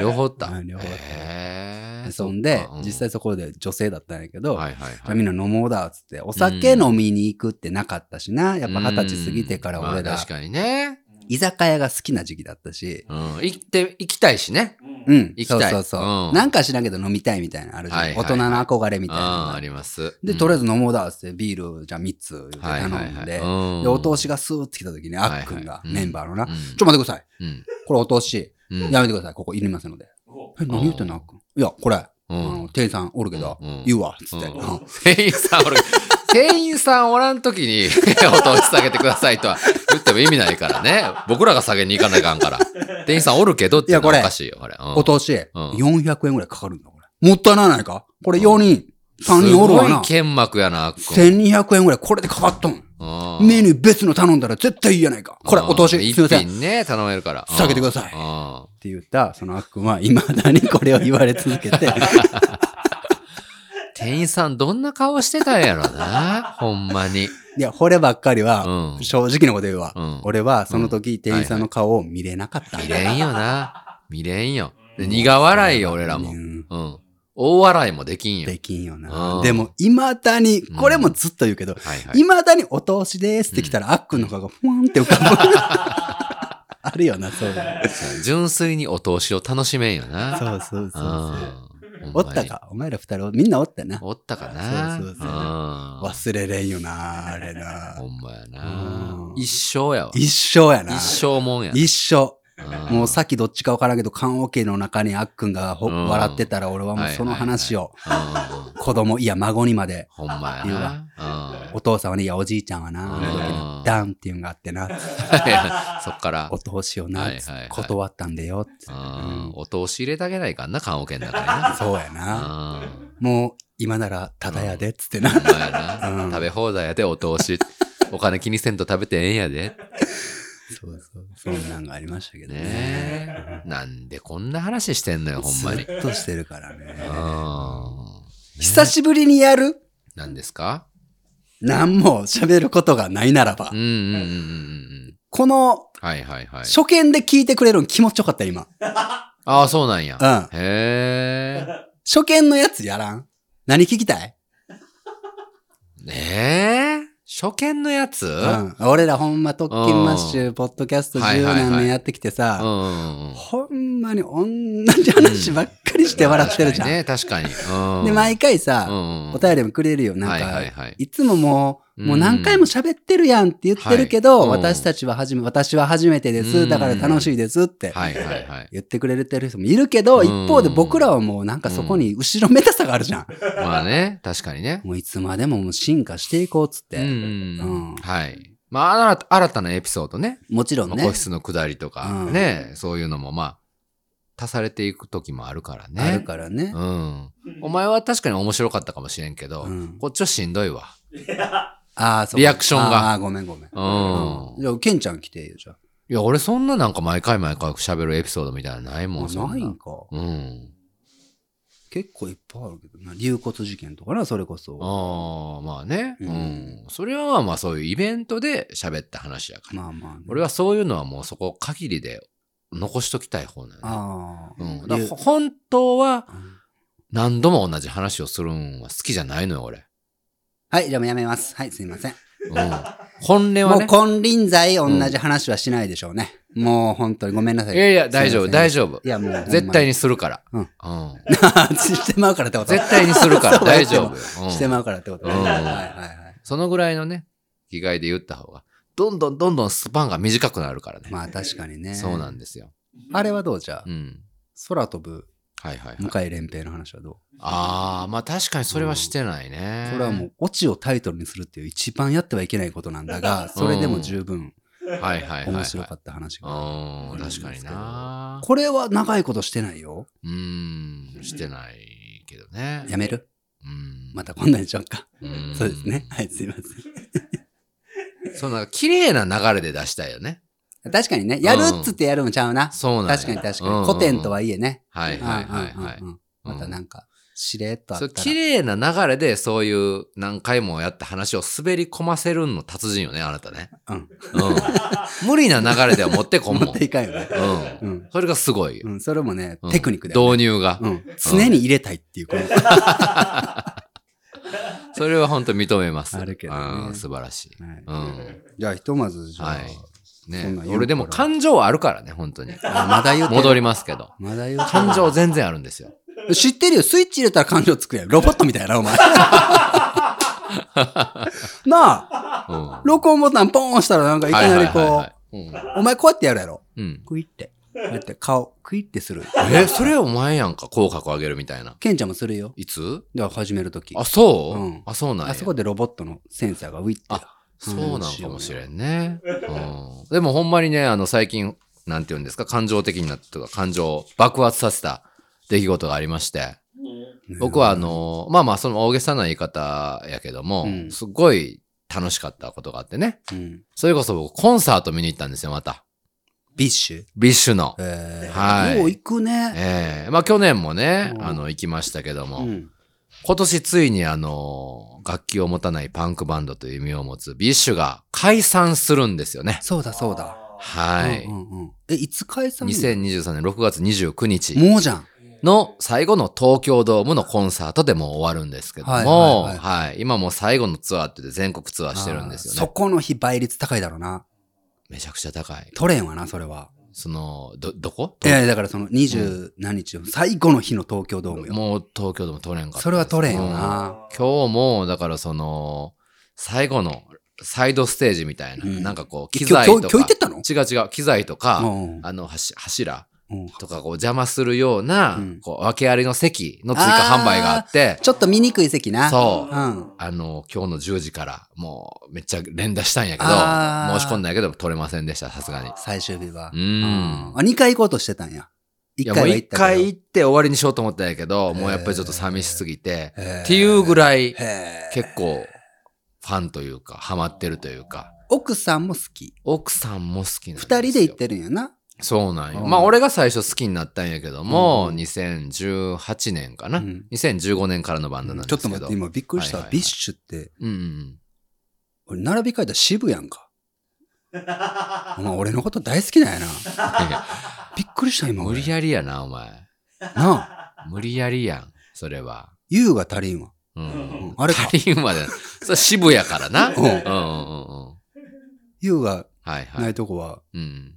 Speaker 1: 両方おった。
Speaker 2: うん両方おった
Speaker 1: えー、
Speaker 2: そんで
Speaker 1: っか、
Speaker 2: 実際そこで女性だったんやけど、
Speaker 1: はいはい
Speaker 2: じゃ
Speaker 1: は
Speaker 2: あ
Speaker 1: い。
Speaker 2: みんな飲もうだっつって、お酒飲みに行くってなかったしな。やっぱ二十歳過ぎてから
Speaker 1: う
Speaker 2: 俺
Speaker 1: んまあ
Speaker 2: ら
Speaker 1: 確、かにね。
Speaker 2: 居酒屋が好きな時期だったし、
Speaker 1: うん。行って、行きたいしね。
Speaker 2: う
Speaker 3: うん。
Speaker 2: ん。
Speaker 1: 行きたい
Speaker 2: そうそうそう。
Speaker 1: うん
Speaker 2: なんか知らんけど飲みたいみたいなのあるじゃん。
Speaker 1: はいはいはい
Speaker 2: 大人の憧れみたい
Speaker 1: ああ、
Speaker 2: な
Speaker 1: あ
Speaker 2: のが。
Speaker 1: ります。
Speaker 2: で、とりあえ
Speaker 1: ず、
Speaker 2: ず飲もうだっつって、ビールじゃあ3つ言うて
Speaker 1: はい
Speaker 2: 頼んで、
Speaker 1: はいはい。
Speaker 2: で、お通
Speaker 1: し、
Speaker 2: しがスーッて来た時に、
Speaker 1: はいはい
Speaker 2: あっくんが、
Speaker 1: うん
Speaker 2: メンバーのな、
Speaker 1: うん
Speaker 2: ちょ、待ってください。
Speaker 1: うん。
Speaker 2: これお通し。
Speaker 1: うん
Speaker 2: やめてください。ここいりませんので。え、何言ってんのあっくん。いや、これ、あ
Speaker 1: う
Speaker 2: の、店員さんおるけど
Speaker 1: うんうん、
Speaker 2: 言うわ、つって。
Speaker 1: うん
Speaker 2: うん
Speaker 1: 店員さんおる、店員さんおらんときに、 お通し下げてくださいとは言っても意味ないからね。僕らが下げに行かないかんから。店員さんおるけどっていうの
Speaker 2: いやこれ
Speaker 1: はおかしいよ、これ。うん
Speaker 2: お通し、
Speaker 1: ん
Speaker 2: 400円ぐらいかかるんだ、これ。もったいないないかこれ4人、3
Speaker 1: す
Speaker 2: 人おるわ
Speaker 1: ご。
Speaker 2: ない
Speaker 1: 剣幕やな、あっくん
Speaker 2: 1200円ぐらいこれでかかっとん。
Speaker 1: うん
Speaker 2: メニュー別の頼んだら絶対いいやないか。これ、お通し、すいません。
Speaker 1: 一品ね、頼めるから。うん
Speaker 2: 下げてください
Speaker 1: うん
Speaker 2: って言った、その悪魔は、未だにこれを言われ続 けて、
Speaker 1: 店員さんどんな顔してたんやろな。ほんまに。
Speaker 2: いや、こればっかりは、
Speaker 1: うん
Speaker 2: 正直なこと言うわ。
Speaker 1: うん
Speaker 2: 俺は、その時、店員さんの顔を見れなかった。
Speaker 1: 見れんよな。見れんよ。で苦笑いよ、俺らも
Speaker 2: う。ん
Speaker 1: うん。大笑いもできんよ。
Speaker 2: できんよな。
Speaker 1: うん
Speaker 2: でも、未だに、これもずっと言うけど、
Speaker 1: はいはい。
Speaker 2: 未だにお通しですって来たら、あっくんの顔がふわんって 浮かぶ。あるよな、そうだね。
Speaker 1: 純粋にお通しを楽しめんよな。
Speaker 2: そうそうそうそう。
Speaker 1: うん
Speaker 2: おった。かお前ら二人、みんなおったな。
Speaker 1: ほんまにおったかな。
Speaker 2: そうそうそう
Speaker 1: 忘
Speaker 2: 忘れれんよな、あれな
Speaker 1: ほ。んまやな
Speaker 2: うん。
Speaker 1: 一生やわ。
Speaker 2: 一生やな。
Speaker 1: 一生もんやな。
Speaker 2: 一生。
Speaker 1: うん
Speaker 2: もうさっきどっちかわからんけど、缶オケの中にあっくんがほ
Speaker 1: うん
Speaker 2: 笑ってたら、俺はもうその話を
Speaker 1: うん
Speaker 2: 子供、いや孫にまで、
Speaker 1: ほんまや
Speaker 2: 言う
Speaker 1: な。うん
Speaker 2: お父さんはね、いやおじいちゃんはな、あの時
Speaker 1: う
Speaker 2: の
Speaker 1: ん
Speaker 2: ダンっていうのがあってな、
Speaker 1: いやそっから
Speaker 2: お。通しをな
Speaker 1: はいはいはい、
Speaker 2: 断ったんだよって。
Speaker 1: う
Speaker 2: うん
Speaker 1: んお通し入れてあげないかんな、缶オケの中に な。
Speaker 2: そうや
Speaker 1: う
Speaker 2: な。
Speaker 1: ん
Speaker 2: もう今ならただやでっつってな。
Speaker 1: ほんまやな
Speaker 2: うん
Speaker 1: 食べ放題やで、お通し。お金気にせんと食べてええんやで。
Speaker 2: そうそう。そんなんがありましたけどね。
Speaker 1: ねえ。なんでこんな話してんのよ、ほんまに。
Speaker 2: ずっとしてるからね。
Speaker 1: うん
Speaker 2: 久しぶりにやる
Speaker 1: 何ですか
Speaker 2: なんも喋ることがないならば
Speaker 1: うん。うんうんうんうん。
Speaker 2: この
Speaker 1: はいはいはい。
Speaker 2: 初見で聞いてくれるの気持ちよかった、今。
Speaker 1: ああ、そうなんや。
Speaker 2: うん。
Speaker 1: へ え。
Speaker 2: 初見のやつやらん何聞きたい、
Speaker 1: ねえ初見のやつう。
Speaker 2: うんん、俺らほんま特勤マッシュ、ポッドキャスト
Speaker 1: はいは
Speaker 2: 10
Speaker 1: いはい
Speaker 2: 何年やってきてさ、
Speaker 1: うんうん。
Speaker 2: ほんまに同じ話ばっかりして笑ってるじゃん。
Speaker 1: 確かにね、確かに。うん
Speaker 2: で、毎回さ、
Speaker 1: うんうん
Speaker 2: お便りもくれるよ。なんか、
Speaker 1: はい
Speaker 2: い
Speaker 1: はいはい。
Speaker 2: つももう、
Speaker 1: うん
Speaker 2: もう何回も喋ってるやんって言ってるけど、
Speaker 1: はいうん
Speaker 2: 私たちははじめ、私は初めてで
Speaker 1: う
Speaker 2: す。
Speaker 1: ん
Speaker 2: だから楽しいですって。
Speaker 1: はいはいはい。
Speaker 2: 言ってくれてる人もいるけど、
Speaker 1: うん
Speaker 2: 一方で僕らはもうなんかそこに後ろめたさがあるじゃん。
Speaker 1: まあね、確かにね。
Speaker 2: もういつまでももう進化していこうっつっ
Speaker 1: うん
Speaker 2: て。
Speaker 1: うん
Speaker 2: うん。
Speaker 1: はい。まあ、新た新たなエピソードね。
Speaker 2: もちろんね。
Speaker 1: 個室の下りとか
Speaker 2: うん
Speaker 1: ね、そういうのもまあ、足されていく時もあるからね。
Speaker 2: あるからね。
Speaker 1: うん。お 前は確かに面白かったかもしれんけど、
Speaker 2: うん
Speaker 1: こっちはしんどいわ。
Speaker 2: ああ、そうか。
Speaker 1: リアクションが
Speaker 2: ああ、ごめんごめん。
Speaker 1: う
Speaker 2: うん。
Speaker 1: ん。
Speaker 2: じゃあ、ケンちゃん来てよ、じゃ
Speaker 1: いや、俺そんななんか毎回毎回喋るエピソードみたいなのない
Speaker 2: あ。
Speaker 1: もん、そ
Speaker 2: あ
Speaker 1: ん
Speaker 2: ないん
Speaker 1: な。
Speaker 2: か。
Speaker 1: うん。
Speaker 2: 結構いっぱいあるけどな。流骨事件とかな、それこそ。
Speaker 1: ああ、まあね。
Speaker 2: う
Speaker 1: うんん。それはまあそういうイベントで喋った話やから。
Speaker 2: まあまあ、ね。
Speaker 1: 俺はそういうのはもうそこ限りで残しときたい方なの、ね。
Speaker 2: ああ。
Speaker 1: うん。だから
Speaker 2: で
Speaker 1: ほ本当は
Speaker 2: うん
Speaker 1: 何度も同じ話をするんは好きじゃないのよ、俺。
Speaker 2: はい、じゃあもうやめます。はい、すいません。
Speaker 1: うん。本音は
Speaker 2: もう
Speaker 1: ね。
Speaker 2: 金輪際同じ話はしないでしょうね。もう本当にごめんなさい。
Speaker 1: いやいや、大丈夫、大
Speaker 2: 丈
Speaker 1: 丈夫
Speaker 2: い。や、もうほんまに。
Speaker 1: 絶対にするから。
Speaker 2: うん
Speaker 1: うん。
Speaker 2: してまうからってこと
Speaker 1: 絶対にする から大丈夫。うん
Speaker 2: してまうからってこと、
Speaker 1: うん
Speaker 2: はいはいはい。
Speaker 1: そのぐらいのね、気概で言った方が、どんどんどんどんスパンが短くなるからね。
Speaker 2: まあ確かにね。
Speaker 1: そうなん
Speaker 2: だ。
Speaker 1: ですよ。
Speaker 2: あれはどうじゃあ、
Speaker 1: うん。
Speaker 2: 空飛ぶ
Speaker 1: はいはいはい。
Speaker 2: 向井連平の話はど
Speaker 1: ああ、まあ確かにそれはしてないね
Speaker 2: う、。これはもう、オチをタイトルにするっていう一番やってはいけないことなんだが、それでも十分
Speaker 1: う、はいはいはい、はい。
Speaker 2: 面白かった話が。
Speaker 1: うん、確かにな。
Speaker 2: これは長いことしてないよ。
Speaker 1: うん、してないけどね。
Speaker 2: やめる
Speaker 1: うん。
Speaker 2: またこんなにしようか。
Speaker 1: ん
Speaker 2: そうですね。。はい、すいません。
Speaker 1: そんな、綺麗な流れで出したいよね。
Speaker 2: 確かにね、やるっつってやるんちゃうな。
Speaker 1: そうなんや
Speaker 2: 確かに確
Speaker 1: うん
Speaker 2: か
Speaker 1: うんう
Speaker 2: に。
Speaker 1: ん
Speaker 2: 古典とはいえね。
Speaker 1: はいはいはいはい
Speaker 2: うんうんうんうん。
Speaker 1: う
Speaker 2: ま
Speaker 1: ん
Speaker 2: たなんか、しれっとあっ
Speaker 1: そ
Speaker 2: た
Speaker 1: う
Speaker 2: ら。
Speaker 1: 綺麗な流れでそういう何回もやった話を滑り込ませるの達人よね、あなたね。
Speaker 2: うん。
Speaker 1: うん。無理な流れでは持ってこんもん。
Speaker 2: 持っていかんよね。
Speaker 1: う。
Speaker 2: うんん。
Speaker 1: それがすごいよ。
Speaker 2: うん。それもね
Speaker 1: う、ん
Speaker 2: テクニックだよ
Speaker 1: 導
Speaker 2: ね。
Speaker 1: 入が。
Speaker 2: うん。常に入れたいってい う、この。は
Speaker 1: それは本当認めます。
Speaker 2: あるけどね
Speaker 1: うん素晴らしい。
Speaker 2: い
Speaker 1: うん。
Speaker 2: じゃあ、ひとまず、じゃあ
Speaker 1: は、い。
Speaker 2: そんな
Speaker 1: ね
Speaker 2: ん言う
Speaker 1: 俺でも感情はあるからね、本当に。
Speaker 2: あ まだ言うてる
Speaker 1: 戻りますけど。
Speaker 2: まだ言うてる
Speaker 1: 感情全然あるんですよ。
Speaker 2: 知ってるよ。スイッチ入れたら感情つくやん。ロボットみたい やな、お前。なあ、
Speaker 1: うん。は
Speaker 2: 録音ボタンポーン押したらなんかいきなりこ
Speaker 1: いはいはい。
Speaker 2: う、お前こうやってやるやろ。
Speaker 1: うんうん。
Speaker 2: クイって。こうやって顔、クイってする。
Speaker 1: え、それお前やんか、口角上げるみたいな。
Speaker 2: ケンちゃんもするよ。
Speaker 1: いつ
Speaker 2: では始めるとき。
Speaker 1: あ、そう、
Speaker 2: うん
Speaker 1: あ、そうなんや。
Speaker 2: あそこでロボットのセンサーがウィッて。
Speaker 1: あそうなんかもしれんね。うん、でもほんまにね、あの最近、なんて言うんですか、感情的になったとか、感情を爆発させた出来事がありまして、僕はあの、まあまあその大げさな言い方やけども、
Speaker 2: うん
Speaker 1: すっごい楽しかったことがあってね。
Speaker 2: うん、
Speaker 1: それこそ僕コンサート見に行ったんですよ、また。
Speaker 2: ビッシュ。
Speaker 1: ビッシュの。
Speaker 2: えー、
Speaker 1: はい
Speaker 2: よう行くね。
Speaker 1: ええまあ去年もね、
Speaker 2: うん
Speaker 1: あの行きましたけども、
Speaker 2: うん、
Speaker 1: 今年ついにあの、楽器を持たないパンクバンドという意味を持つビッシュが解散するんですよね。
Speaker 2: そうだそうだ。
Speaker 1: はい。
Speaker 2: うんうんうんえ、いつ解散
Speaker 1: 2023年6月29日
Speaker 2: もうじゃん。
Speaker 1: の最後の東京ドームのコンサートでもう終わるんですけども、
Speaker 2: は
Speaker 1: はい
Speaker 2: はい
Speaker 1: い
Speaker 2: は
Speaker 1: 今もう最後のツアーって言って全国ツアーしてるんです
Speaker 2: あー
Speaker 1: よ
Speaker 2: そ
Speaker 1: ね。
Speaker 2: この日倍率高いだろうな。
Speaker 1: めちゃくちゃ高い。
Speaker 2: 取れんわな、それは。
Speaker 1: その、ど、どこ
Speaker 2: いやいやだからその二十何日、最後の日の東京ドームよ。
Speaker 1: もう東京ドーム取れんかった。
Speaker 2: それは取れんよ
Speaker 1: うん
Speaker 2: な。
Speaker 1: 今日も、だからその、最後のサイドステージみたいな、
Speaker 2: うん
Speaker 1: なんかこう、
Speaker 2: え
Speaker 1: 機材
Speaker 2: 今日
Speaker 1: と
Speaker 2: 今日今日行
Speaker 1: か
Speaker 2: って、たの
Speaker 1: 違う違う、機材とか、
Speaker 2: うんうん
Speaker 1: あの、はし柱
Speaker 2: うん
Speaker 1: とかこう邪魔するような、
Speaker 2: うん
Speaker 1: こう、訳ありの席の追加販売があって、
Speaker 2: ちょっと見にくい席な。
Speaker 1: そう
Speaker 2: う。ん。
Speaker 1: あの、今日の10時から、もう、めっちゃ連打したんやけど、
Speaker 2: あー
Speaker 1: 申し込んだんやけど、取れませんでした、さすがに。
Speaker 2: 最終日は。
Speaker 1: うん
Speaker 2: あ、二回行こうとしてたんや。
Speaker 1: い
Speaker 2: 一
Speaker 1: や、も
Speaker 2: 回
Speaker 1: う
Speaker 2: は行っ
Speaker 1: 一
Speaker 2: たけど。
Speaker 1: 回行って終わりにしようと思ったんやけど、もうやっぱりちょっと寂しすぎて、っていうぐらい、
Speaker 2: へー
Speaker 1: 結構、ファンというか、ハマってるというか、
Speaker 2: 奥さんも好き。
Speaker 1: 奥さんも好きなんですよ
Speaker 2: 二人で行っ。てるんやな。
Speaker 1: そうなんよ。
Speaker 2: うん
Speaker 1: まあ、俺が最初好きになったんやけども、
Speaker 2: うん
Speaker 1: 2018年かな、
Speaker 2: うん
Speaker 1: 2015年からのバンドなん
Speaker 2: ちょ
Speaker 1: で
Speaker 2: っと
Speaker 1: すけ
Speaker 2: 待
Speaker 1: ど。
Speaker 2: って、今びっくりした。
Speaker 1: はいはいはい
Speaker 2: ビッシュって、
Speaker 1: うんうん
Speaker 2: 俺並び替えたら渋やんか。お前俺のこと大好きなんやな。びっくりした
Speaker 1: うん。
Speaker 2: 今
Speaker 1: 無
Speaker 2: 俺。
Speaker 1: 理やりやな、お前。
Speaker 2: なあ、
Speaker 1: 無理やりやん、それは。
Speaker 2: 優が足りんわ。
Speaker 1: うん。
Speaker 2: あれか
Speaker 1: か。リンまで。それ渋谷からな。
Speaker 2: うん
Speaker 1: うんうんうんうん。
Speaker 2: 優が
Speaker 1: はい
Speaker 2: な
Speaker 1: はいい。
Speaker 2: とこは、
Speaker 1: うん。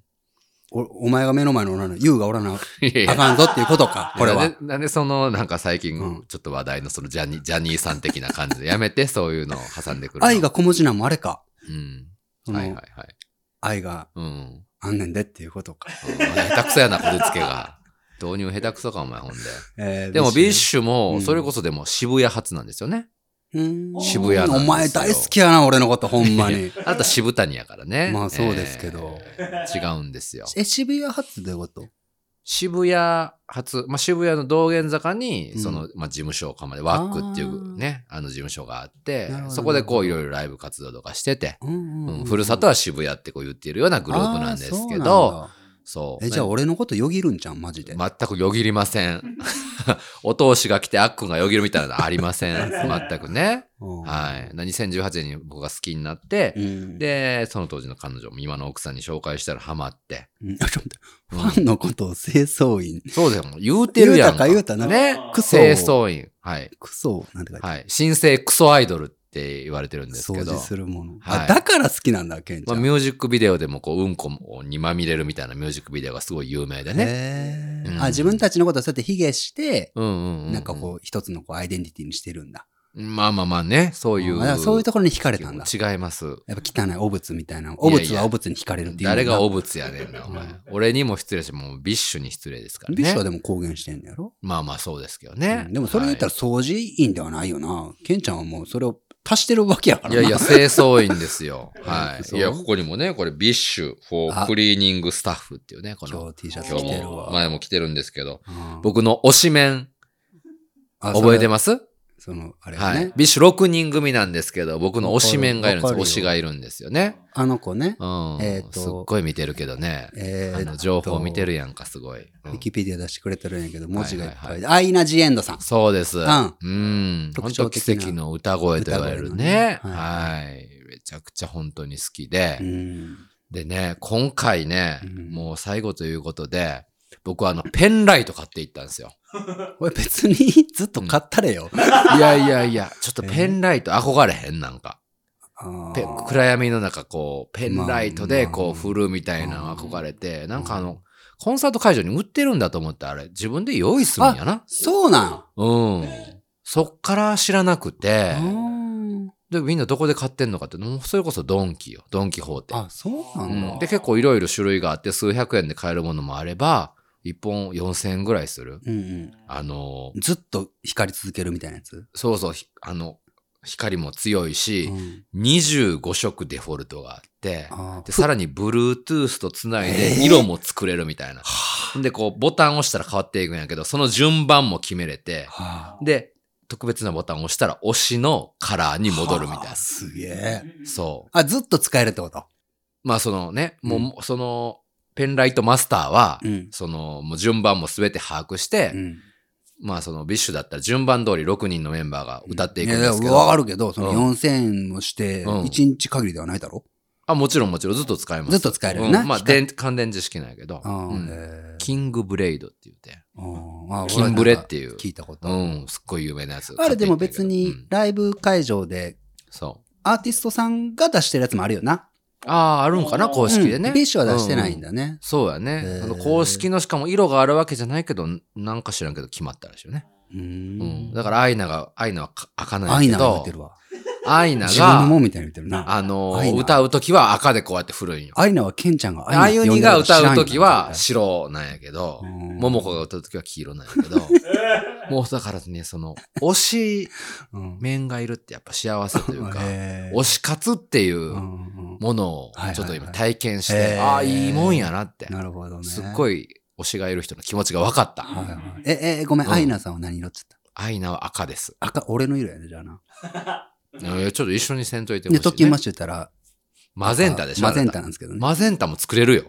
Speaker 2: おお前が目の前のおらな、優がおらな、
Speaker 1: いやい
Speaker 2: あ
Speaker 1: や
Speaker 2: かんぞっていうことか、これ
Speaker 1: なん
Speaker 2: は
Speaker 1: で。なんでその、なんか最
Speaker 2: うん
Speaker 1: 近、ちょっと話題のそのジャニー、ジャニーさん的な感じで、やめて、そういうのを挟んでくるの。
Speaker 2: 愛。が小文字なんもあれか。
Speaker 1: うん。
Speaker 2: その
Speaker 1: はいはいはい。
Speaker 2: 愛が
Speaker 1: うんうん。
Speaker 2: あんねんでっていうことか。
Speaker 1: 下手くそやな、こじつけが。導入下手くそか、お前、ほんで。
Speaker 2: えー
Speaker 1: でも、ビッ
Speaker 2: ュ
Speaker 1: シュ
Speaker 2: う
Speaker 1: も、
Speaker 2: ん
Speaker 1: それこそでも渋谷発なんですよね。
Speaker 2: うん
Speaker 4: 渋谷
Speaker 1: なんです
Speaker 2: お
Speaker 1: よ
Speaker 2: 前大好きやな、俺のこと、ほんまに。
Speaker 1: あと渋谷やからね。
Speaker 2: まあそうですけど
Speaker 1: えー。違うんですよ。
Speaker 2: え、渋谷発どういうこと
Speaker 1: 渋谷発、まあ、渋谷の道玄坂に、
Speaker 2: うん
Speaker 1: その、まあ、事務所を構えて、ワックっていうね、あの事務所があって
Speaker 2: なるほど、
Speaker 1: そこでこういろいろライブ活動とかしてて、
Speaker 2: うん
Speaker 1: うん、ふるさとは渋谷ってこう言っているようなグループなんですけ
Speaker 2: あーそうなん
Speaker 1: ど、
Speaker 2: だ
Speaker 1: そう
Speaker 2: え、じゃあ
Speaker 1: ね
Speaker 2: 俺のことよぎるんじゃん、マジで。
Speaker 1: 全くよぎりません。 お通しが来てあっくんがよぎるみたいなのありませ ん。全くね。はい。2018年に僕が好きになって、
Speaker 2: うん、
Speaker 1: で、その当時の彼女も今の奥さんに紹介したらハマって。
Speaker 2: うん ちょっと待ってファンのことを清掃員。
Speaker 1: そうだよ、もう言うてるやんか。
Speaker 2: 言うたか言うたな
Speaker 1: ね。
Speaker 2: クソ。
Speaker 1: 清掃員。はい。
Speaker 2: クソ、なんて書いてあ
Speaker 1: はい。新生クソアイドルって言われてるん
Speaker 2: る
Speaker 1: ですけ
Speaker 2: 掃除
Speaker 1: ど。
Speaker 2: するもの。
Speaker 1: は
Speaker 2: あ、
Speaker 1: い
Speaker 2: だから好きなんだ、ケンち
Speaker 1: ま
Speaker 2: ゃ
Speaker 1: あ、
Speaker 2: ん。
Speaker 1: ミュージックビデオでもこう、うんこにまみれるみたいなミュージックビデオがすごい有名でね。
Speaker 2: へー
Speaker 1: うん
Speaker 2: あ、自分たちのことをそうやって卑下して、
Speaker 1: うんうん、うん。
Speaker 2: なんかこう、一つのこうアイデンティティにしてるんだ。
Speaker 1: まあまあまあね、そういう。
Speaker 2: あだからそういうところに惹かれたんだ。
Speaker 1: 違います。
Speaker 2: やっぱ汚い汚物みたいな。汚物は汚物に惹かれるっていうもんな。
Speaker 1: 誰が汚物やねんな、お前
Speaker 2: うん。
Speaker 1: 俺にも失礼し、もうビッシュに失礼ですからね。
Speaker 2: ビッシュはでも公言してんだやろ、
Speaker 1: まあまあそうですけどね。
Speaker 2: うんでもそれ言ったら掃除員ではないよな。ケンちゃんはもうそれを足してるわけやから
Speaker 1: はい、
Speaker 2: な。
Speaker 1: いやいや、清掃員ですよ。は
Speaker 2: そ
Speaker 1: い。い
Speaker 2: う
Speaker 1: や、ここにもね、これ、ビッシュ for
Speaker 2: あ
Speaker 1: cleaning staff っていうね、こ
Speaker 2: 今
Speaker 1: の、
Speaker 2: 日 T シャツ
Speaker 1: 今
Speaker 2: 着
Speaker 1: 日
Speaker 2: てるわ
Speaker 1: も、。前も来てるんですけど、
Speaker 2: うん
Speaker 1: 僕の推しメン、
Speaker 2: あ
Speaker 1: 覚えて
Speaker 2: ま
Speaker 1: ます
Speaker 2: す。その、あれ
Speaker 1: は
Speaker 2: ね、
Speaker 1: い。ビッシュ6人組なんですけど、僕の推しメンがいるんです
Speaker 2: わかる
Speaker 1: 推
Speaker 2: わかるよ
Speaker 1: しがいるんですよね。
Speaker 2: あの子ね。
Speaker 1: うん。
Speaker 2: えーと
Speaker 1: すっごい見てるけどね。
Speaker 2: え
Speaker 1: あ
Speaker 2: ー
Speaker 1: の情報見て
Speaker 2: る。
Speaker 1: るやんか、すごい。う
Speaker 2: ウ
Speaker 1: ん
Speaker 2: ィキペディア出してくれてるんやけど、文字がいっぱ
Speaker 1: はいい
Speaker 2: で。アイナ・ジ・エンドさん。
Speaker 1: そうです。
Speaker 2: ん
Speaker 1: うん。
Speaker 2: 特
Speaker 1: 本
Speaker 2: 徴
Speaker 1: 当
Speaker 2: 的
Speaker 1: 奇
Speaker 2: な
Speaker 1: 跡の歌声と言われるね。
Speaker 2: 歌声のね
Speaker 1: はい、めちゃくちゃ本当に好きで。
Speaker 2: うん。
Speaker 1: でね、今回ね、
Speaker 2: うん
Speaker 1: もう最後ということで、僕はあの、ペンライト買っていったんです よ。
Speaker 2: これ別にずっと買ったれよ。
Speaker 1: いやいやいや、ちょっとペンライト憧れへんなんか。
Speaker 2: あー
Speaker 1: ペ暗闇の中こう、ペンライトで
Speaker 2: ま
Speaker 1: こ
Speaker 2: あ
Speaker 1: う振るみたいなの憧れて、なんかあの、コンサート会場に売ってるんだと思って、あれ、自分で用意するんやな。
Speaker 2: そうなん
Speaker 1: うん。そっから知らなくて
Speaker 2: あ、ー
Speaker 1: で、みんなどこで買ってんのかって、もうそれこそドンキよ。ドンキホーテ。
Speaker 2: あ、そうな
Speaker 1: うん
Speaker 2: だ。
Speaker 1: ん、で、結構いろいろ種類があって、数百円で買えるものもあれば、1本4000円ぐらいする。
Speaker 2: うんうん
Speaker 1: あのー、
Speaker 2: ずっと光り続けるみたいなやつ。
Speaker 1: そうそう、ひあの、光も強いし
Speaker 2: う、ん
Speaker 1: 25色デフォルトがあって、
Speaker 2: あ
Speaker 1: で、さらに Bluetooth とつない
Speaker 2: えー
Speaker 1: で色も作れるみたいな。で、こう、ボタンを押したら変わっていくんやけど、その順番も決めれて、
Speaker 2: は
Speaker 1: で、特別なボタンを押したら推しのカラーに
Speaker 2: あ
Speaker 1: 戻るみたい
Speaker 2: は
Speaker 1: な
Speaker 2: あ。すげえ。
Speaker 1: そう。
Speaker 2: あ、ずっと使えるってこと
Speaker 1: まあそのね、もう、
Speaker 2: うん
Speaker 1: その、ペンライトマスターは、
Speaker 2: ん。
Speaker 1: その、もう順番も全て把握して、
Speaker 2: うん。
Speaker 1: まあその、ビッシュだったら順番通り6人のメンバーが歌っていくん
Speaker 2: や
Speaker 1: ですけど、
Speaker 2: わかるけど、その
Speaker 1: うん
Speaker 2: 4000円もして、
Speaker 1: うん
Speaker 2: 1日限りではないだろ
Speaker 1: あ、もちろんもちろんずっと使えます。
Speaker 2: ずっと使えるよな。
Speaker 1: うんまあ、
Speaker 2: 光
Speaker 1: 電乾電池式なんやけど、
Speaker 2: あー
Speaker 1: うん
Speaker 2: へー
Speaker 1: キングブレイドって言って、
Speaker 2: うんあ
Speaker 1: キンブレっていう
Speaker 2: 聞いたこと。
Speaker 1: うん、すっごい有名なやつ。
Speaker 2: あれでも別
Speaker 1: う
Speaker 2: に
Speaker 1: ん
Speaker 2: ライブ会場で
Speaker 1: そ
Speaker 2: アーティストさんが出してるやつもあるよな。
Speaker 1: う。ああ、あるんかな公式でね。
Speaker 2: うんビッシュは出してないん
Speaker 1: うう。
Speaker 2: だね。
Speaker 1: そうやね
Speaker 2: へー。
Speaker 1: あの公式のしかも色があるわけじゃないけど、なんか知らんけど決まったらしいよね。
Speaker 2: う
Speaker 1: うんん。。だからアイナが、アイナはか開かない
Speaker 2: アイ
Speaker 1: け
Speaker 2: ナが言
Speaker 1: ど
Speaker 2: って、るわ。
Speaker 1: アイナ
Speaker 2: 自分のも
Speaker 1: が、
Speaker 2: んみたいに言ってるな。
Speaker 1: あの
Speaker 2: アイ
Speaker 1: ー、
Speaker 2: ナ
Speaker 1: 歌うときは赤でこうやって振るんよ。
Speaker 2: アイナはケンちゃんが
Speaker 1: あゆ
Speaker 2: 呼ん
Speaker 1: に
Speaker 2: でる
Speaker 1: が
Speaker 2: こと知ら
Speaker 1: 歌
Speaker 2: んよ
Speaker 1: うときは白なんやけど、
Speaker 2: うん
Speaker 1: ももこが歌うときは黄色なんやけど、 もうだからね、その、推し
Speaker 2: うん
Speaker 1: 面がいるってやっぱ幸せというか、
Speaker 2: へー
Speaker 1: 推し活っていううん
Speaker 2: うん
Speaker 1: ものを
Speaker 2: はいはいはい
Speaker 1: ちょっと今体験し
Speaker 2: へ
Speaker 1: て、
Speaker 2: ー
Speaker 1: ああ、いいもんやなって、
Speaker 2: なるほどね。
Speaker 1: すっご
Speaker 2: い。
Speaker 1: い推しがいる人の気持ちが分かった。
Speaker 2: はいはい、え、え、ごめん、
Speaker 1: うん
Speaker 2: アイナさんは何色っつった
Speaker 1: アイナは赤です。
Speaker 2: 赤、俺の色やね、じゃあな。
Speaker 1: えーちょっと一緒にせんといてほし
Speaker 2: で、
Speaker 1: い、ね。
Speaker 2: トッキンマッシュ言ったら、
Speaker 1: マゼンタでしょ
Speaker 2: マゼン
Speaker 1: あなた
Speaker 2: タなんですけどね。
Speaker 1: マゼンタも作れるよ。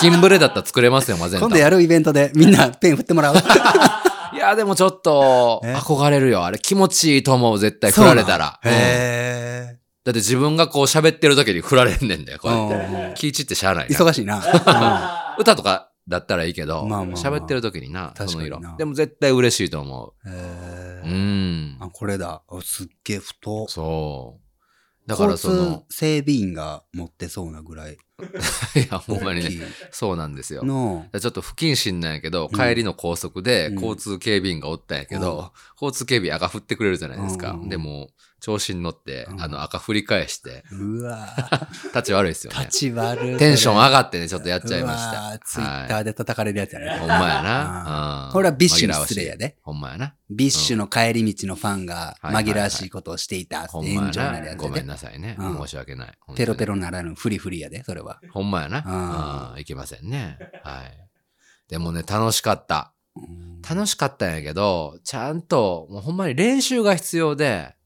Speaker 1: キンブレだったら作れますよ、マゼンタ
Speaker 2: 今
Speaker 1: も。
Speaker 2: 度やるイベントで みんなペン振ってもらう。
Speaker 1: いや、でもちょっと、
Speaker 2: え
Speaker 1: 憧れるよ。あれ気持ちいいと思う、絶対振
Speaker 2: そうな
Speaker 1: ら
Speaker 2: ん
Speaker 1: れたら。うん
Speaker 2: へ
Speaker 1: だって自分がこう喋ってる時に振られんねんだよ、これ。
Speaker 2: え。
Speaker 1: 気いちってしゃあないな。
Speaker 2: 忙しいな。
Speaker 1: 歌とかだったらいいけど、
Speaker 2: まあまあまあ
Speaker 1: 喋ってる時にな、その色
Speaker 2: 確かにな。
Speaker 1: でも絶対嬉しいと思
Speaker 2: うんへ
Speaker 1: う。う
Speaker 2: ー
Speaker 1: ん。
Speaker 2: あ、これだ。あすっげえ太。
Speaker 1: そう。だからその
Speaker 2: 交、通整備員が持ってそうなぐらい。
Speaker 1: いや、ほんま
Speaker 2: 大
Speaker 1: に
Speaker 2: き
Speaker 1: ね、
Speaker 2: い
Speaker 1: そうなんですよ。
Speaker 2: の。
Speaker 1: ちょっと不謹慎なんやけど、
Speaker 2: うん
Speaker 1: 帰りの高速で
Speaker 2: うん
Speaker 1: 交通警備員がおったんやけど、
Speaker 2: うん
Speaker 1: 交通警備員赤振ってくれるじゃないです
Speaker 2: う
Speaker 1: か
Speaker 2: んうんう。ん
Speaker 1: でも、調子に乗って
Speaker 2: う、ん
Speaker 1: あの赤振り返して、
Speaker 2: うわ
Speaker 1: 立ち悪いですよ
Speaker 2: 立
Speaker 1: ね。
Speaker 2: ち悪い。
Speaker 1: テンション
Speaker 2: っ
Speaker 1: 上がってね、ちょっとやっちゃいました。
Speaker 2: ツイッターで叩かれるやつや
Speaker 1: はいほ
Speaker 2: ね。
Speaker 1: んまやな。うん
Speaker 2: これはビッシュに失礼や。
Speaker 1: 紛らわしい
Speaker 2: で。
Speaker 1: ほんまやな。
Speaker 2: ビッシュの帰り道のファンが紛らわしいことをしていたって
Speaker 1: ほんま
Speaker 2: 炎上にな
Speaker 1: や
Speaker 2: るや
Speaker 1: な。
Speaker 2: つ
Speaker 1: ご
Speaker 2: や
Speaker 1: め
Speaker 2: で
Speaker 1: ん。なさいね。
Speaker 2: うん
Speaker 1: 申し訳ない。本当に
Speaker 2: ペロペロならぬフリフリやで、それは。
Speaker 1: ほんまや
Speaker 2: あ
Speaker 1: な。うんいけませんね。はい。でもね、楽しかった。
Speaker 2: うん
Speaker 1: 楽しかったんやけど、ちゃんと、もうほんまに練習が必要で、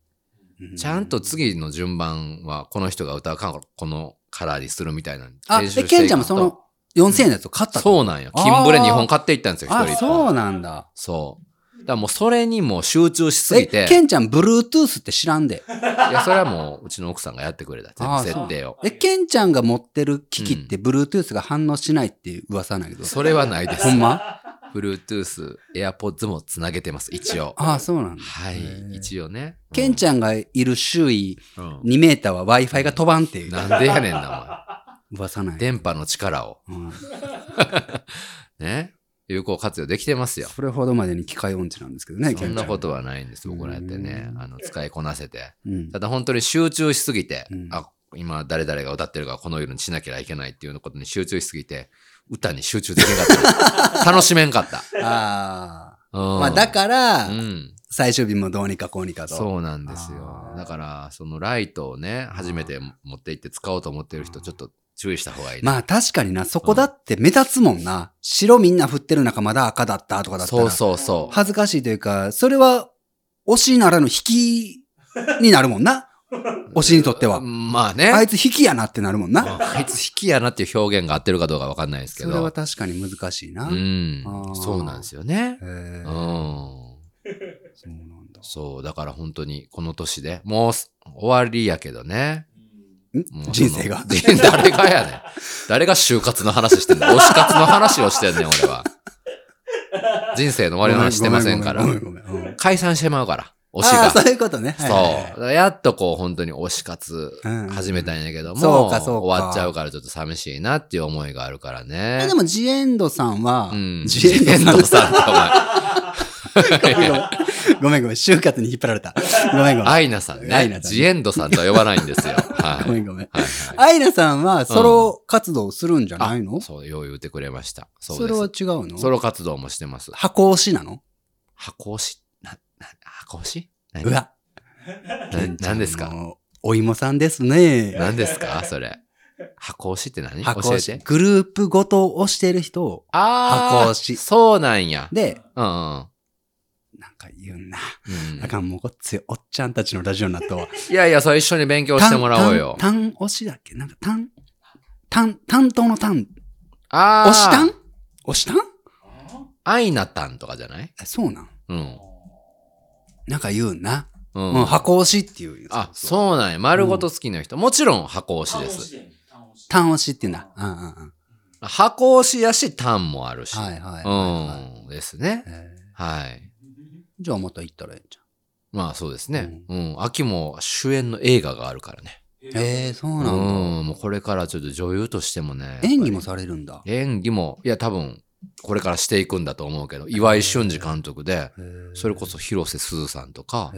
Speaker 1: ちゃんと次の順番はこの人が歌うかこのカラーにするみたいな
Speaker 2: あ、
Speaker 1: 練習
Speaker 2: で、
Speaker 1: していかと
Speaker 2: ケンちゃんもその、 4000円のやつを買った
Speaker 1: そううなんよ。金ブレ2本買っていったんですよ、一
Speaker 2: あ、
Speaker 1: 人一
Speaker 2: そ
Speaker 1: 本。
Speaker 2: うなんだ。
Speaker 1: そう。だからもうそれにもう集中しす
Speaker 2: え、
Speaker 1: ぎて、
Speaker 2: ケンちゃん、Bluetooth って知らんで。
Speaker 1: いや、それはもううちの奥さんがやってくれた。全
Speaker 2: あー
Speaker 1: 部設定を。
Speaker 2: え、ケンちゃんが持ってる機器って、Bluetooth が反応しないっていう噂なんだけど。
Speaker 1: それはないです。
Speaker 2: ほんま
Speaker 1: Bluetooth、AirPods もつなげてます、一応。
Speaker 2: ああ、そうなんだ。
Speaker 1: はい
Speaker 2: へー、
Speaker 1: 一応ね。
Speaker 2: ケンちゃんがいる周囲
Speaker 1: ゃん。
Speaker 2: 2メーターは Wi-Fi が飛ばんっていう
Speaker 1: なんでやねんな、
Speaker 2: 噂
Speaker 1: お
Speaker 2: な
Speaker 1: 前。
Speaker 2: い。
Speaker 1: 電波の力を、
Speaker 2: うん
Speaker 1: ね、有効活用できてますよ。
Speaker 2: それほどまでに機械音痴なんですけどね、ケンち
Speaker 1: そ
Speaker 2: ゃん。
Speaker 1: んなことはないんです、僕らやってね
Speaker 2: う。ん
Speaker 1: あの、使いこなせて。
Speaker 2: うん
Speaker 1: ただ本当に集中しすぎて、
Speaker 2: うん
Speaker 1: あ、今誰々が歌ってるからこのようにしなきゃいけないっていうことに集中しすぎて、歌に集中できなか った。楽しめんかった。
Speaker 2: ああ。
Speaker 1: ま
Speaker 2: まあ、だから
Speaker 1: う、ん。
Speaker 2: 最終日もどうにかこうにかと。
Speaker 1: そうなんですよ
Speaker 2: あ。ー
Speaker 1: だから、そのライトをね、初めて持って行って使おうと思ってる人、ちょっと注意した方がいいね。
Speaker 2: まあ確かにな、そこだって目立つもんな。白みんな振ってる中まだ赤だったとかだったら。
Speaker 1: そうそうそう。
Speaker 2: 恥ずかしいというか、それは、推しならぬ引きになるもん な。推しにとっては。
Speaker 1: まあね。
Speaker 2: あ
Speaker 1: あ
Speaker 2: いつ引きやなってなるもんな。
Speaker 1: いつ引きやなっていう表現が合ってるかどうかわかんないですけ
Speaker 2: それは
Speaker 1: ど。
Speaker 2: 確かに難しいな。
Speaker 1: う
Speaker 2: へ
Speaker 1: ん
Speaker 2: あー。
Speaker 1: そうなんですよね。
Speaker 2: え
Speaker 1: う
Speaker 2: そ
Speaker 1: ん。
Speaker 2: うなんだ。
Speaker 1: そう。だから本当に、この年で、もうす終わりやけどね。もうそ
Speaker 2: ん
Speaker 1: の
Speaker 2: 人生が。
Speaker 1: 人 誰がやねん。誰が就活の話してんの推し活の話をしてんねん、俺は。人生の終わりの話してませんから
Speaker 2: ご。めごめんごめんごめんうん
Speaker 1: 解散してまうから、推し
Speaker 2: あ
Speaker 1: が
Speaker 2: あ、。そういうことね。はいはいはい
Speaker 1: そう。やっとこう、本当に推し活
Speaker 2: うん
Speaker 1: 始めたんやけども、
Speaker 2: そうかそうか
Speaker 1: 終わっちゃうからちょっと寂しいなっていう思いがあるからね
Speaker 2: え。でも、ジエンドさんは、
Speaker 1: うん。
Speaker 2: ジエンド
Speaker 1: エン
Speaker 2: さん
Speaker 1: ドさんとお前、
Speaker 2: ごめんごめん、就活に引っ張られた。ごめんごめん。
Speaker 1: アイナさん
Speaker 2: アイナ
Speaker 1: ね。
Speaker 2: さん
Speaker 1: ジエンドさんとは呼ばないん ですよ。
Speaker 2: ご
Speaker 1: は
Speaker 2: め
Speaker 1: い。
Speaker 2: んごめん。アイナさんはソロ活動するんじゃないの、
Speaker 1: そう、よう言うてくれました。そ
Speaker 2: そうれ
Speaker 1: で
Speaker 2: は
Speaker 1: す。
Speaker 2: 違うの
Speaker 1: ソロ活動もしてます。
Speaker 2: 箱推しなの
Speaker 1: 箱推し、な、な、箱推し何
Speaker 2: うわ。
Speaker 1: な何ですか
Speaker 2: あのお芋さんですね。
Speaker 1: 何ですかそれ。箱推しって何
Speaker 2: 箱推
Speaker 1: 教え。。
Speaker 2: してグループごと推してる人を。
Speaker 1: あー
Speaker 2: 箱推し
Speaker 1: そうなんや。
Speaker 2: で、
Speaker 1: うんうん
Speaker 2: なんか言うな。
Speaker 1: うん。
Speaker 2: なんかもうごっついおっちゃんたちのラジオになったわ。
Speaker 1: いやいや、そう一緒に勉強してもらおうよ。
Speaker 2: タン推しだっけなんかタン、タン、担当のタン。
Speaker 1: ああ。
Speaker 2: 推したん推したん
Speaker 1: アイナタンとかじゃない
Speaker 2: えそうなん。
Speaker 1: うん。
Speaker 2: なんか言うな。
Speaker 1: う
Speaker 2: うん、
Speaker 1: ん。
Speaker 2: 箱推しっていう。
Speaker 1: あ、そうなんや。丸ごと好きな人。もちろん箱推し
Speaker 4: 単
Speaker 1: で
Speaker 4: 押
Speaker 1: す。
Speaker 4: しで。単押し
Speaker 2: タン推しっていうんだ。うんうんうん。
Speaker 1: 箱推しやし、タンもあるし。
Speaker 2: はいはいはい、はい
Speaker 1: うん。ですね。
Speaker 2: えー
Speaker 1: はい。
Speaker 2: じゃあまた行ったらええんじ
Speaker 1: まあそうですね。うん。秋も主演の映画があるからね。
Speaker 2: ゃん。ええー、そう
Speaker 1: う
Speaker 2: なんんだ。。
Speaker 1: もうこれからちょっと女優としてもね。
Speaker 2: 演技もされるんだ。
Speaker 1: 演技も、いや多分、これからしていくんだと思うけど、岩井俊二監督で、それこそ広瀬すずさんとか、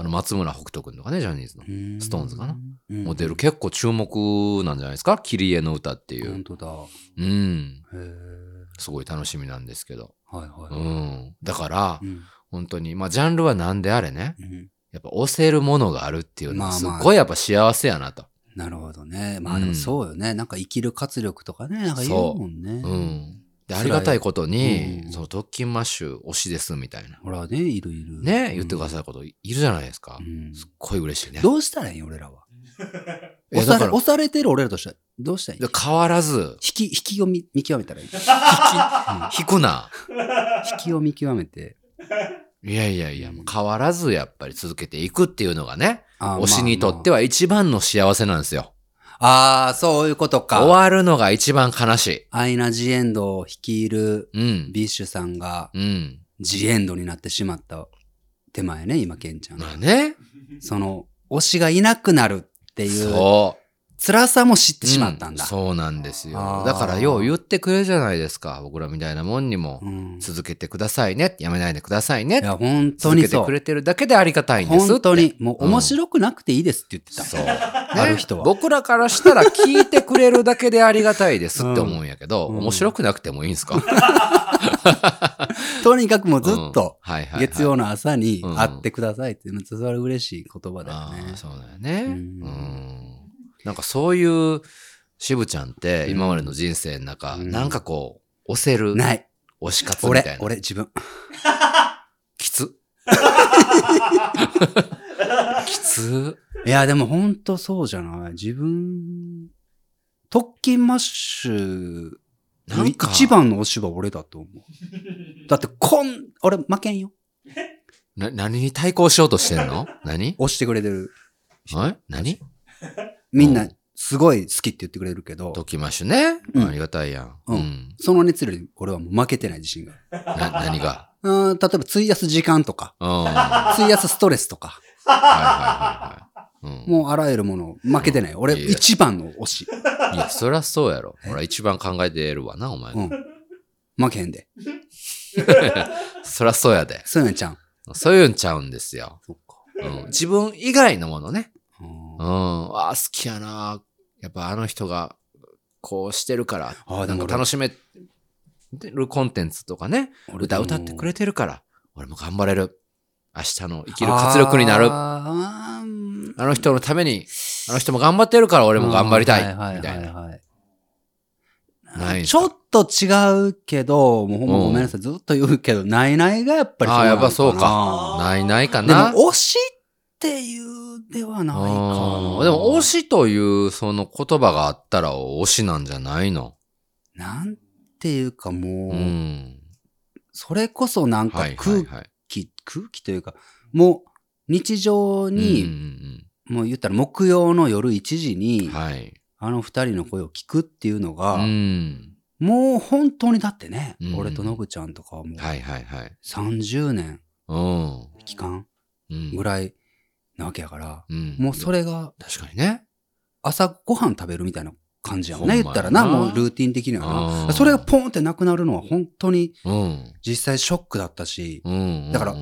Speaker 1: あの松村北斗くんとかね、ジャニーズの。ストーンズかなモデル結構注目なんじゃないですか「切り絵の歌」ってい
Speaker 2: 本
Speaker 1: う、
Speaker 2: 当だ。
Speaker 1: うん、
Speaker 2: へー
Speaker 1: すごい楽しみなんですけど、
Speaker 2: はいは
Speaker 1: う
Speaker 2: い。
Speaker 1: ん、だから
Speaker 2: うん
Speaker 1: 本当にまあジャンルは何であれね
Speaker 2: うん
Speaker 1: やっぱ押せるものがあるっていうの
Speaker 2: まあ
Speaker 1: はすっ
Speaker 2: まあ
Speaker 1: ごいやっぱ幸せやなと、
Speaker 2: なるほどね。まあでもそうよね。なんか生きる活力とかね、なんか言うもんね。
Speaker 1: うん、でありがたいことに
Speaker 2: う
Speaker 1: 「
Speaker 2: ん
Speaker 1: その特勤マッシュ推しです」みたいな
Speaker 2: ほらね、いるいる。
Speaker 1: ね言ってくださることいるじゃないですか、
Speaker 2: う
Speaker 1: すっ
Speaker 2: ん
Speaker 1: ごい嬉しいね
Speaker 2: どうしたらいいん俺らは。
Speaker 1: いや
Speaker 2: 押さ
Speaker 1: だ
Speaker 2: れ
Speaker 1: から
Speaker 2: 押されてる俺らとしてはどうしたらいい
Speaker 1: で変わらず
Speaker 2: 引き、引きを見見極めたらいい。
Speaker 1: 引くな
Speaker 2: 引きを見極めて。
Speaker 1: いやいやいやもう変わらずやっぱり続けていくっていうのがね
Speaker 2: あー
Speaker 1: 推しにとって
Speaker 2: ま
Speaker 1: は一番の幸せなんですよ。
Speaker 2: あまああー、そういうことか。
Speaker 1: 終わるのが一番悲し
Speaker 2: アイナ・ジ・エンドを率いる
Speaker 1: い。うん。
Speaker 2: ビッシュさんが
Speaker 1: うん。
Speaker 2: ジ・エンドになってしまった手前ね、今、ケンちゃんが
Speaker 1: まあね。
Speaker 2: その、推しがいなくなるっていう
Speaker 1: そう。
Speaker 2: 辛さも知ってしまったんだ
Speaker 1: う。そうなんです
Speaker 2: あ
Speaker 1: よ
Speaker 2: ー。
Speaker 1: だからよう言ってくれるじゃないですか。僕らみたいなもんにも
Speaker 2: う。ん、い
Speaker 1: 続けてくださいね。やめないでくださいね。
Speaker 2: や、本当
Speaker 1: 続
Speaker 2: に
Speaker 1: け
Speaker 2: そ
Speaker 1: て
Speaker 2: う
Speaker 1: く。れてるだけでありがたいんです。
Speaker 2: 本当。に、もう
Speaker 1: うん
Speaker 2: 面白くなくていいですって言ってた。
Speaker 1: そう。
Speaker 2: ある人
Speaker 1: ね
Speaker 2: は
Speaker 1: 僕らからしたら聞いてくれるだけでありがたいですって思うんやけど、
Speaker 2: うんうん
Speaker 1: 面白くなくてもいいんですか
Speaker 2: とにかくもうずっと、
Speaker 1: うんはいはいはい
Speaker 2: 月曜の朝に
Speaker 1: うん
Speaker 2: 会ってくださいって、それは嬉しい言葉だよ
Speaker 1: あ
Speaker 2: ね
Speaker 1: あ。そうだよね。
Speaker 2: う
Speaker 1: うんん。なんかそういう渋ちゃんって
Speaker 2: うん
Speaker 1: 今までの人生の中、
Speaker 2: うん
Speaker 1: なんかこう、押せる、
Speaker 2: ない。
Speaker 1: 押し活みたい
Speaker 2: 俺、
Speaker 1: な。
Speaker 2: 俺、自分。
Speaker 1: き つ。きつ。
Speaker 2: いや、でも本当そうじゃない。自分、特勤マッシュ
Speaker 1: なんか
Speaker 2: 一番の推しは俺だと思う。だって、こん、俺負けんよ。
Speaker 1: な、何に対抗しようとしてんの何
Speaker 2: 押してくれてる。
Speaker 1: え何
Speaker 2: みんな
Speaker 1: うん、
Speaker 2: すごい好きって言ってくれるけど、
Speaker 1: ときましゅね。
Speaker 2: うん
Speaker 1: ありがたいやん。
Speaker 2: う
Speaker 1: うんん。
Speaker 2: その熱量に俺はもう負けてない自信がある。
Speaker 1: な、何が。
Speaker 2: あー例えば、費やす時間とか、
Speaker 1: うん。は
Speaker 2: 費やすストレスとか、
Speaker 1: いはいはい はい。うん。
Speaker 2: もうあらゆるもの負けてない。俺、
Speaker 1: いや
Speaker 2: 一番の推し。
Speaker 1: いや、そりゃそうやろ。ほら、一番考えてるわな、お前。
Speaker 2: うん。負けへんで。
Speaker 1: そりゃそうやで。
Speaker 2: そうやんちゃん。
Speaker 1: そういうんちゃうんですよ。
Speaker 2: そっか。
Speaker 1: うん。自分以外のものね。
Speaker 2: う
Speaker 1: う
Speaker 2: ん
Speaker 1: ん。あー好きやな。やっぱあの人が、こうしてるから。
Speaker 2: あーで
Speaker 1: なん
Speaker 2: も
Speaker 1: か
Speaker 2: 俺
Speaker 1: 楽しめてるコンテンツとかね。
Speaker 2: 俺
Speaker 1: 歌歌ってくれてるから、俺も頑張れる。明日の生きる
Speaker 2: あー
Speaker 1: 活力になる。あ
Speaker 2: あーうん
Speaker 1: の人のために、あの人も頑張ってるから俺も頑張りたい。
Speaker 2: うんはは
Speaker 1: みたいな。
Speaker 2: ははい
Speaker 1: ないんす
Speaker 2: ち
Speaker 1: か
Speaker 2: ょっと違うけど、もうほんまごめんなさい、ずっと言うけど、ないないがやっぱり
Speaker 1: あーやっぱそう
Speaker 2: なの
Speaker 1: か。ないないかな。
Speaker 2: なでも、推しっていうではないか
Speaker 1: うん
Speaker 2: な。
Speaker 1: でも、推しというその言葉があったら推しなんじゃないの
Speaker 2: なんていうかも
Speaker 1: う
Speaker 2: う、
Speaker 1: ん。
Speaker 2: それこそなんか
Speaker 1: はい
Speaker 2: 空気、
Speaker 1: はいはい。
Speaker 2: 空気というか、もう日常
Speaker 1: うんう
Speaker 2: に、
Speaker 1: ん
Speaker 2: もう言ったら木曜の夜1時
Speaker 1: う
Speaker 2: に
Speaker 1: ん、はい。
Speaker 2: あの二人の声を聞くっていうのが、
Speaker 1: うん。
Speaker 2: もう本当にだってね、
Speaker 1: うん
Speaker 2: 俺とノブちゃんとかはもう
Speaker 1: はいはいはい。
Speaker 2: 30年
Speaker 1: うん
Speaker 2: 期間
Speaker 1: うん。
Speaker 2: ぐらいなわけやから、
Speaker 1: うん。
Speaker 2: もうそ
Speaker 1: れ。
Speaker 2: れが
Speaker 1: 確かにね。
Speaker 2: 朝ごはん食べるみたいな感じやもん
Speaker 1: ほん
Speaker 2: ね。言
Speaker 1: ま
Speaker 2: っ
Speaker 1: や
Speaker 2: た
Speaker 1: な
Speaker 2: らな、もうルーティン的には
Speaker 1: あ
Speaker 2: な。
Speaker 1: ー
Speaker 2: それがポンってなくなるのは本当に
Speaker 1: うん。
Speaker 2: 実際ショックだったし、
Speaker 1: うんうんうん。
Speaker 2: だから
Speaker 1: う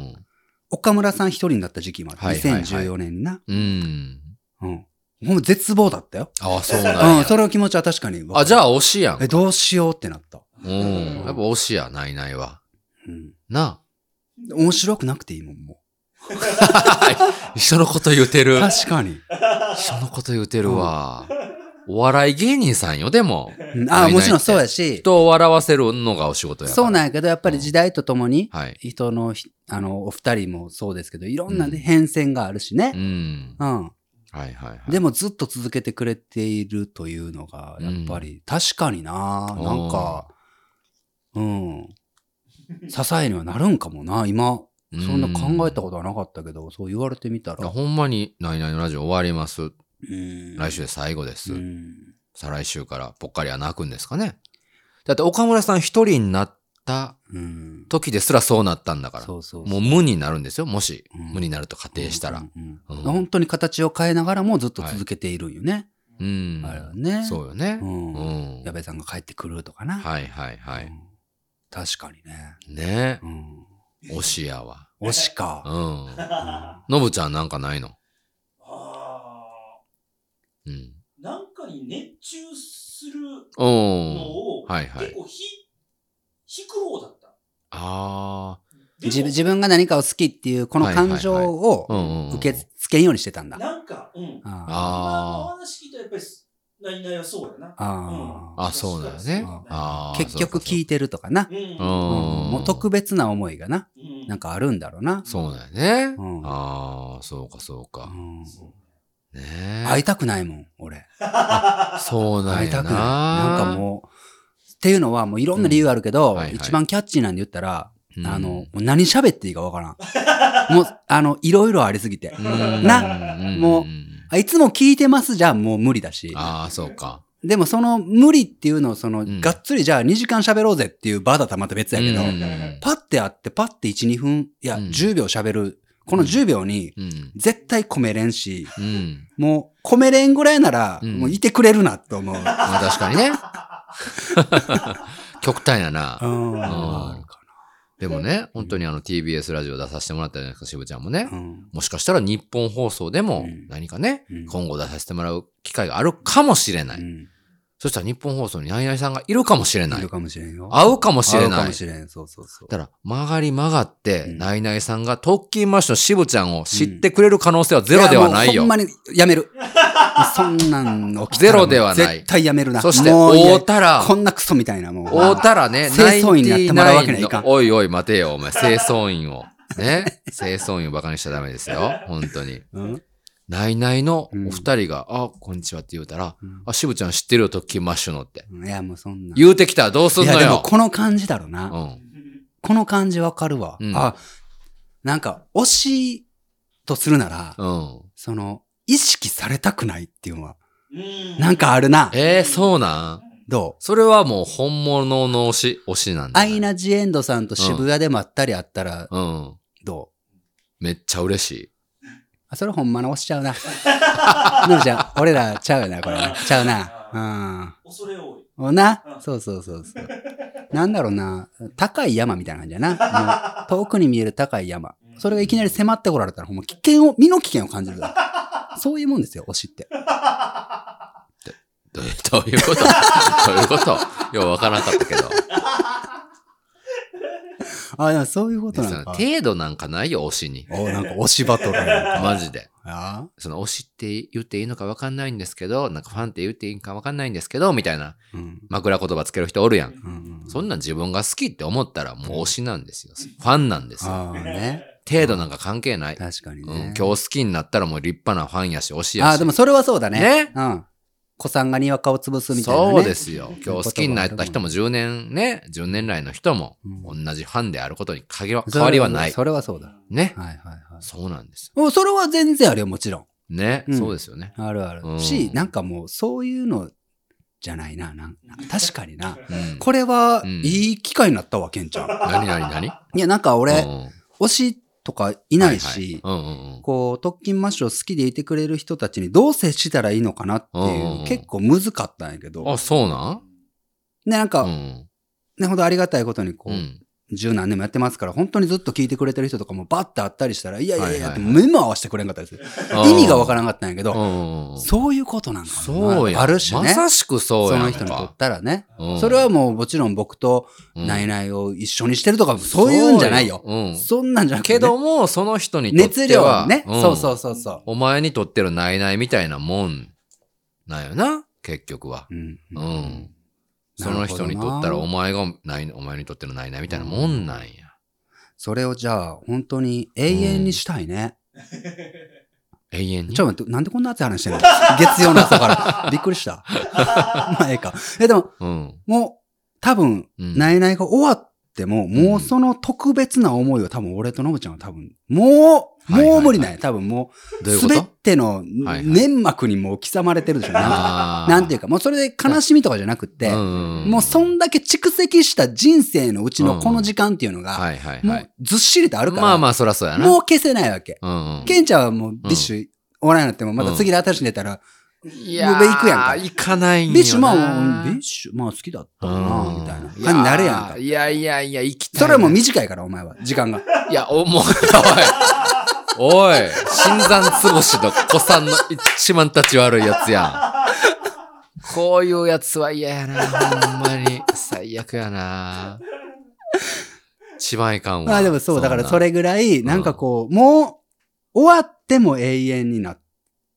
Speaker 2: 岡村さん一人になった時期もあった。
Speaker 1: はいはいはい
Speaker 2: 2014年にな。
Speaker 1: ん。
Speaker 2: うん。もう絶望だったよ。
Speaker 1: ああ、そうなんや
Speaker 2: うん、それの気持ちは確かにわかる。
Speaker 1: あ、じゃ
Speaker 2: あ。
Speaker 1: あ推しやん。
Speaker 2: え、どうしようってなった。
Speaker 1: うん。やっぱ推しや、ないないは。
Speaker 2: うん。
Speaker 1: な
Speaker 2: 面白くなくていいもん、も
Speaker 1: あ。人のこと言うて
Speaker 2: う。
Speaker 1: る。
Speaker 2: 確かに。
Speaker 1: 人のこと言うてるわ。お笑い芸人さんよ、でも。
Speaker 2: うんあ
Speaker 1: ないな
Speaker 2: あ、
Speaker 1: い
Speaker 2: もちろんそうやし、
Speaker 1: 人を笑わせるのがお仕事やから。
Speaker 2: そうなんやけど、やっぱり時代とともに、
Speaker 1: はい。
Speaker 2: 人のひ、あの、お二人もそうですけど、いろんなね、
Speaker 1: うん
Speaker 2: 変遷があるし
Speaker 1: う
Speaker 2: ね。
Speaker 1: ん。
Speaker 2: うん。
Speaker 1: はいはいはい。
Speaker 2: でもずっと続けてくれているというのが、やっぱり、確かにな、
Speaker 1: うん
Speaker 2: なんか、うん。支えにはなるんかもな、今。
Speaker 1: う、
Speaker 2: そんな考えたことはなかったけど、そう言われてみた
Speaker 1: いや
Speaker 2: ら。
Speaker 1: ほんまに、ないないのラジオ終わります。
Speaker 2: うん
Speaker 1: 来週で最後です。
Speaker 2: うん
Speaker 1: 再来週からぽっかりは泣くんですかね。だって岡村さん一人になった
Speaker 2: うん。
Speaker 1: 時ですらそうなったんだから。
Speaker 2: そうそうそう。
Speaker 1: もう無になるんですよ、もし。
Speaker 2: うん
Speaker 1: 無になると仮定したら。
Speaker 2: うんうんうん
Speaker 1: うん
Speaker 2: 本当に形を変えながらもずっと続けているんよね。
Speaker 1: うん。
Speaker 2: あれはね。
Speaker 1: そうよね。
Speaker 2: うん
Speaker 1: うん。
Speaker 2: 矢部さんが帰ってくるとかな。
Speaker 1: はいはいは
Speaker 2: う
Speaker 1: い。
Speaker 2: ん確かにね。
Speaker 1: ね
Speaker 2: うん。
Speaker 1: 推しやわ。
Speaker 2: 推しか。
Speaker 1: うん。
Speaker 4: あ
Speaker 1: のぶちゃんなんかないの
Speaker 4: あ
Speaker 1: うん。
Speaker 4: ー、なんかに熱中する
Speaker 1: お
Speaker 4: の
Speaker 1: ー。
Speaker 4: を、
Speaker 1: はいはい
Speaker 4: 結構ひ、引く方だった。
Speaker 1: あ
Speaker 4: でも
Speaker 2: 自分自分が何かを好きっていうこの感情
Speaker 1: はいはいはいうんうん
Speaker 2: を
Speaker 1: うん
Speaker 2: 受け付けんようにしてたんだ。
Speaker 4: なんか、うん。
Speaker 2: あ
Speaker 4: 今の
Speaker 1: あ
Speaker 4: 話聞いたらやっぱり、何々はそうやな。
Speaker 2: あ
Speaker 4: うん
Speaker 1: あ。あ、そうだよね。ああ。
Speaker 2: 結局聞
Speaker 1: い
Speaker 2: いてるとかな。
Speaker 4: うん。
Speaker 1: う
Speaker 2: うん
Speaker 1: ん
Speaker 2: もう特別な思いがな。
Speaker 4: うん
Speaker 2: なんかあるんだろうな。
Speaker 1: そうだよね。
Speaker 2: うん
Speaker 1: ああ、そうかそう
Speaker 2: う
Speaker 1: か。
Speaker 2: ん
Speaker 4: そう
Speaker 1: ね
Speaker 2: 会いたくないもん、俺。
Speaker 1: そうなん
Speaker 2: 会い
Speaker 1: や
Speaker 2: た
Speaker 1: な。
Speaker 2: くない。なんかもう、っていうのはもういろんな理由あるけど、
Speaker 1: うんはいはい
Speaker 2: 一番キャッチーなんで言ったら、
Speaker 1: うん
Speaker 2: あの、も、う何喋っていいかわからん。もう、あの、いろいろありすぎて。なもうあいつも聞いてますじゃもう無理だし。
Speaker 1: ああ、そうか。
Speaker 2: でもその無理っていうのをその、
Speaker 1: ん
Speaker 2: がっつりじゃあ2時間喋ろうぜっていう場だったらまた別やけど、
Speaker 1: うん
Speaker 2: パッてあってパッて1、2分、いや、
Speaker 1: うん
Speaker 2: 10秒喋る。この10秒に
Speaker 1: うん。
Speaker 2: 絶対込めれんし、
Speaker 1: うん。
Speaker 2: もう込めれんぐらいなら、
Speaker 1: うん
Speaker 2: もういてくれるな と思う。
Speaker 1: まあ確かに ね。極端やな。
Speaker 2: うん。
Speaker 1: あるでもね、本当にあの TBS ラジオ出させてもらったじゃないですか、渋ちゃんもね
Speaker 2: う。ん
Speaker 1: もしかしたら日本放送で
Speaker 2: う
Speaker 1: も
Speaker 2: ん
Speaker 1: 何かね、
Speaker 2: うん
Speaker 1: 今後出させてもらう機会があるかもしれない。
Speaker 2: うん
Speaker 1: そしたら日本放送にナイナイさんがいるかもしれないい
Speaker 2: る。かもしれんよ。
Speaker 1: 会うかもしれ
Speaker 2: 合うか
Speaker 1: な
Speaker 2: も
Speaker 1: い。
Speaker 2: しれん。そうそうそう。
Speaker 1: だから曲がり曲がって、
Speaker 2: うん
Speaker 1: ナイナイさんがトッキーマッシュの渋ちゃんを知ってくれる可能性はゼロではない
Speaker 2: や
Speaker 1: よ
Speaker 2: もうほん。まにやめる。 そんなん起きたら
Speaker 1: ゼロではない
Speaker 2: 絶対やめるな。
Speaker 1: そして、
Speaker 2: もういや
Speaker 1: 会うたら
Speaker 2: こ、んなクソみたいなもう。
Speaker 1: 会うたらね、
Speaker 2: 清掃員になってもらうわけにはい
Speaker 1: 99
Speaker 2: かん
Speaker 1: のおいおい、待て よ、お前、清掃員を。ね。清掃員をバカにしちゃダメですよ。本当に。
Speaker 2: うん
Speaker 1: ないないのお二人が、あ、こんにちはって言うたら、
Speaker 2: うん
Speaker 1: あ、しぶちゃん知ってるよ、特勤マッシュのって。
Speaker 2: うんいや、もうそんな。
Speaker 1: 言うてきたらどうすん
Speaker 2: いや、
Speaker 1: の
Speaker 2: でも
Speaker 1: よ。
Speaker 2: この感じだろうな。
Speaker 1: うん。
Speaker 2: この感じわかるわ。
Speaker 1: うん
Speaker 2: あ、なんか、推しとするなら、
Speaker 1: うん。
Speaker 2: その、意識されたくないっていうのは、
Speaker 4: うん
Speaker 2: なんかあるな。
Speaker 1: えー、そうなん
Speaker 2: どう
Speaker 1: それはもう本物の推し、推しなんだ、
Speaker 2: アイ。ナ・ジ・エンドさんと渋谷でまったり会ったら、
Speaker 1: うん。
Speaker 2: どう
Speaker 1: めっちゃ嬉しい。
Speaker 2: あ、それほんまの推しちゃうな。 のぶちゃん、俺らちゃうよな、これ。ちゃうな。
Speaker 4: 恐れ多い。
Speaker 2: うん。な、そうそうそうそう。なんだろうな、高い山みたいな感じやな。もう遠くに見える高い山。それがいきなり迫ってこられたら、ほんま危険を、身の危険を感じるから。そういうもんですよ、推しって。
Speaker 1: どうどういうこと どういうことようわからなか ったけど。
Speaker 2: あ、でもそういうこと
Speaker 1: そ
Speaker 2: な
Speaker 1: の
Speaker 2: のか。
Speaker 1: 程度なんかないよ、推しに。
Speaker 2: お、なんか推しバトルやんか。
Speaker 1: マジで。
Speaker 2: あ
Speaker 1: その推しって言っていいのかわかんないんですけど、なんかファンって言っていいのかわかんないんですけど、みたいな
Speaker 2: うん。
Speaker 1: 枕言葉つける人おるやん。
Speaker 2: うん。
Speaker 1: そんなん自分が好きって思ったらもう推しなんですよ。ファンなんですよ。
Speaker 2: ああね。
Speaker 1: 程度なんか関係ない。
Speaker 2: 確かに
Speaker 1: うん、
Speaker 2: ね
Speaker 1: 今日。好きになったらもう立派なファンやし、推しやし。
Speaker 2: ああ、でもそれはそうだね。
Speaker 1: ね
Speaker 2: うん。子さんがにわかを潰すみたいなね。
Speaker 1: そうで。すよ。今日好きになった人も
Speaker 2: そ
Speaker 1: 10年ね、10年来の人も
Speaker 2: う
Speaker 1: 同じファンであることに限は変わりはない。
Speaker 2: それはそうだ。
Speaker 1: ね。
Speaker 2: はいはいはい。
Speaker 1: そうなんですよ。
Speaker 2: おそれは全然あるよ、もちろん。
Speaker 1: ね、
Speaker 2: うん
Speaker 1: そうですよね。
Speaker 2: あるある。
Speaker 1: うん
Speaker 2: し、なんかもう、そういうのじゃないな。なん確かにな。
Speaker 1: うん。
Speaker 2: これは、
Speaker 1: うん
Speaker 2: いい機会になったわ、ケンちゃん。
Speaker 1: 何何何
Speaker 2: いや、なんか俺、
Speaker 1: うん
Speaker 2: 推しとかいないし、
Speaker 1: はいはいうんうんうん。
Speaker 2: こう、特勤マッシュを好きでいてくれる人たちにどう接したらいいのかなって
Speaker 1: うんうん
Speaker 2: いうう、
Speaker 1: ん
Speaker 2: 結構むずかったんやけど、
Speaker 1: あ、そうなん
Speaker 2: で、なんか、
Speaker 1: うん。
Speaker 2: ね、ほんとありがたいことに、こ
Speaker 1: う
Speaker 2: う、
Speaker 1: ん。
Speaker 2: 十何年もやってますから、本当にずっと聞いてくれてる人とかもバッて会ったりしたら、いやいやいや、
Speaker 1: はいはいはい
Speaker 2: って目も合わせてくれんかったです。意味がわかららんかったんやけ
Speaker 1: ん
Speaker 2: ど、
Speaker 1: うんうん。
Speaker 2: そういうことなんかな。
Speaker 1: そうやん。
Speaker 2: ある種
Speaker 1: ま
Speaker 2: ね。
Speaker 1: さしくそう
Speaker 2: そ
Speaker 1: やん
Speaker 2: の
Speaker 1: か。
Speaker 2: 人にとったらね。
Speaker 1: うん
Speaker 2: それはもうもちろん僕と
Speaker 1: うん
Speaker 2: ナイナイを一緒にしてるとか、そういうんじゃないよ。
Speaker 1: そううん。
Speaker 2: そんなんじゃなくてね、
Speaker 1: けども、その人にとって
Speaker 2: 熱量
Speaker 1: は。
Speaker 2: ね。
Speaker 1: ん
Speaker 2: そうそうそうそう。
Speaker 1: お前にとってのないないみたいなもんなんよな、結局は。
Speaker 2: うん
Speaker 1: うん。
Speaker 2: な
Speaker 1: そ
Speaker 2: るほど
Speaker 1: の人
Speaker 2: な
Speaker 1: にとったらお前がない、お前にとってのないないみたいなもんなんや。
Speaker 2: それをじゃあ、本当に永遠にしたいね。
Speaker 1: 永遠に。
Speaker 2: ちょっと待って、なんでこんな熱い話してんの月曜の 朝から。びっくりした。 まあええか。え、でも、
Speaker 1: うん。
Speaker 2: もう、多分、
Speaker 1: うん
Speaker 2: ナイナイが終わっても、もうその特別な思いを多分俺とノブちゃんは多分、もう、
Speaker 1: はいはい
Speaker 2: も
Speaker 1: は
Speaker 2: う
Speaker 1: い
Speaker 2: 無理ない。多分も
Speaker 1: ど
Speaker 2: う、
Speaker 1: ういう
Speaker 2: す
Speaker 1: こ
Speaker 2: べ
Speaker 1: と
Speaker 2: ての
Speaker 1: はいはい
Speaker 2: 粘膜にもう刻まれてるでしょ。なんか
Speaker 1: あー
Speaker 2: なんていうか、もうそれで悲しみとかじゃなくて、
Speaker 1: うん
Speaker 2: もうそんだけ蓄積した人生のうちのこの時間っていうのが、
Speaker 1: はいはい
Speaker 2: も
Speaker 1: は
Speaker 2: う
Speaker 1: い。
Speaker 2: ずっしりとあるから、
Speaker 1: まあまあ、そらそうやな。
Speaker 2: もう消せないわけ。
Speaker 1: うんうん。
Speaker 2: ケンちゃんはもうビッシュおらんようになっても、また次で新しいの出たら、
Speaker 1: いや
Speaker 2: もう行くやんか
Speaker 1: 行かないんよな。
Speaker 2: ビッシュまあ、ビッシュまあ好きだったな、みたいな。感じになるやんか
Speaker 1: う。いやいやいや、行きたいな。
Speaker 2: それはもう短いから、お前は。時間が。
Speaker 1: いや、お、もう、おい。おい、新山つぼしの子さんの一番立ち悪いやつやん。こういうやつは嫌やな、ほんまに。最悪やな。一番いかんわ。
Speaker 2: まあでもそう、だからそ
Speaker 1: れ。
Speaker 2: れぐらい、なんかこう、もう、終わっても永遠になっ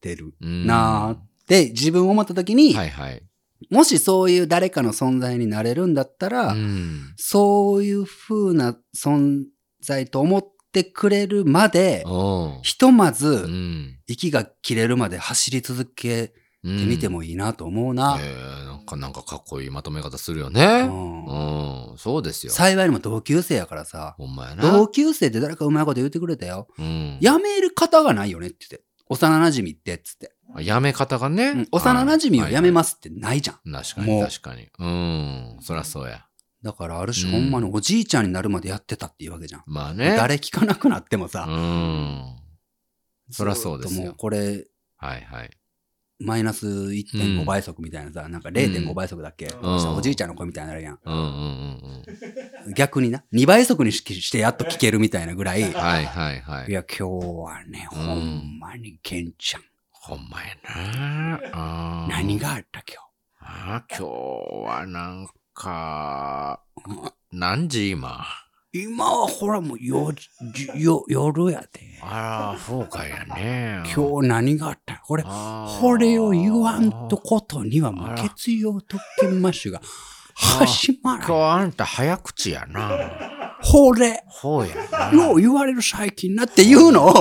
Speaker 2: てる
Speaker 1: うん
Speaker 2: なーって、自分思った時に、
Speaker 1: はいはい。
Speaker 2: もしそういう誰かの存在になれるんだったら、
Speaker 1: うん。
Speaker 2: そういう風な存在と思ってくれるまで、
Speaker 1: お
Speaker 2: ひとま
Speaker 1: うう
Speaker 2: ず、
Speaker 1: ん。
Speaker 2: 息が切れるまで走り続け
Speaker 1: う
Speaker 2: て
Speaker 1: ん。
Speaker 2: みてもいいなと思うな。
Speaker 1: えーなんか、なんかかっこいいまとめ方するよね。
Speaker 2: うん
Speaker 1: うん。そうですよ。
Speaker 2: 幸いにも同級生やからさ、
Speaker 1: ほんまやな。
Speaker 2: 同級生って誰かうまいこと言ってくれたよ。
Speaker 1: うん。
Speaker 2: やめる方がないよねって言って。幼馴染って、つって。
Speaker 1: やめ方がね。
Speaker 2: うん幼馴染をやめ
Speaker 1: す
Speaker 2: ますってないじゃん。
Speaker 1: 確かに
Speaker 2: もう
Speaker 1: 確かに。うん。そりゃそうや。
Speaker 2: だからある
Speaker 1: う
Speaker 2: 種
Speaker 1: ん
Speaker 2: ほんまにおじいちゃんになるまでやってたっていうわけじゃん。
Speaker 1: まあね。
Speaker 2: 誰聞かなくなっても
Speaker 1: う
Speaker 2: さ。
Speaker 1: ん。そらそうですよ
Speaker 2: ずっともうこれ、
Speaker 1: はいはい。
Speaker 2: マイナス1.5倍速みたいなさ、なんか0.5倍速だっけ、
Speaker 4: うん
Speaker 2: さおじいちゃんの声みたいになるやん。
Speaker 1: うんうんうん
Speaker 2: 逆にな、2倍速にししてやっと聞けるみたいなぐらい。
Speaker 1: うん。
Speaker 2: い
Speaker 1: はいはいはい。
Speaker 2: や、今日はね、
Speaker 1: うん
Speaker 2: ほんまにケンちゃん。
Speaker 1: ほんまやな。あー
Speaker 2: 何があった今
Speaker 1: あー今日はなんか、何時今
Speaker 2: 日。今はほらもうよじよ夜やで。
Speaker 1: あら、そうかやね。
Speaker 2: 今日何があったこれ、
Speaker 1: あー
Speaker 2: これを言わんとことにはも
Speaker 1: あ
Speaker 2: う
Speaker 1: ら
Speaker 2: 月曜特権マッシュが始ま
Speaker 1: 今
Speaker 2: ら
Speaker 1: 日
Speaker 2: ん。
Speaker 1: あんた早口やな。
Speaker 2: ほれ
Speaker 1: ほうやな。
Speaker 2: よう言われる最近なっていうのを、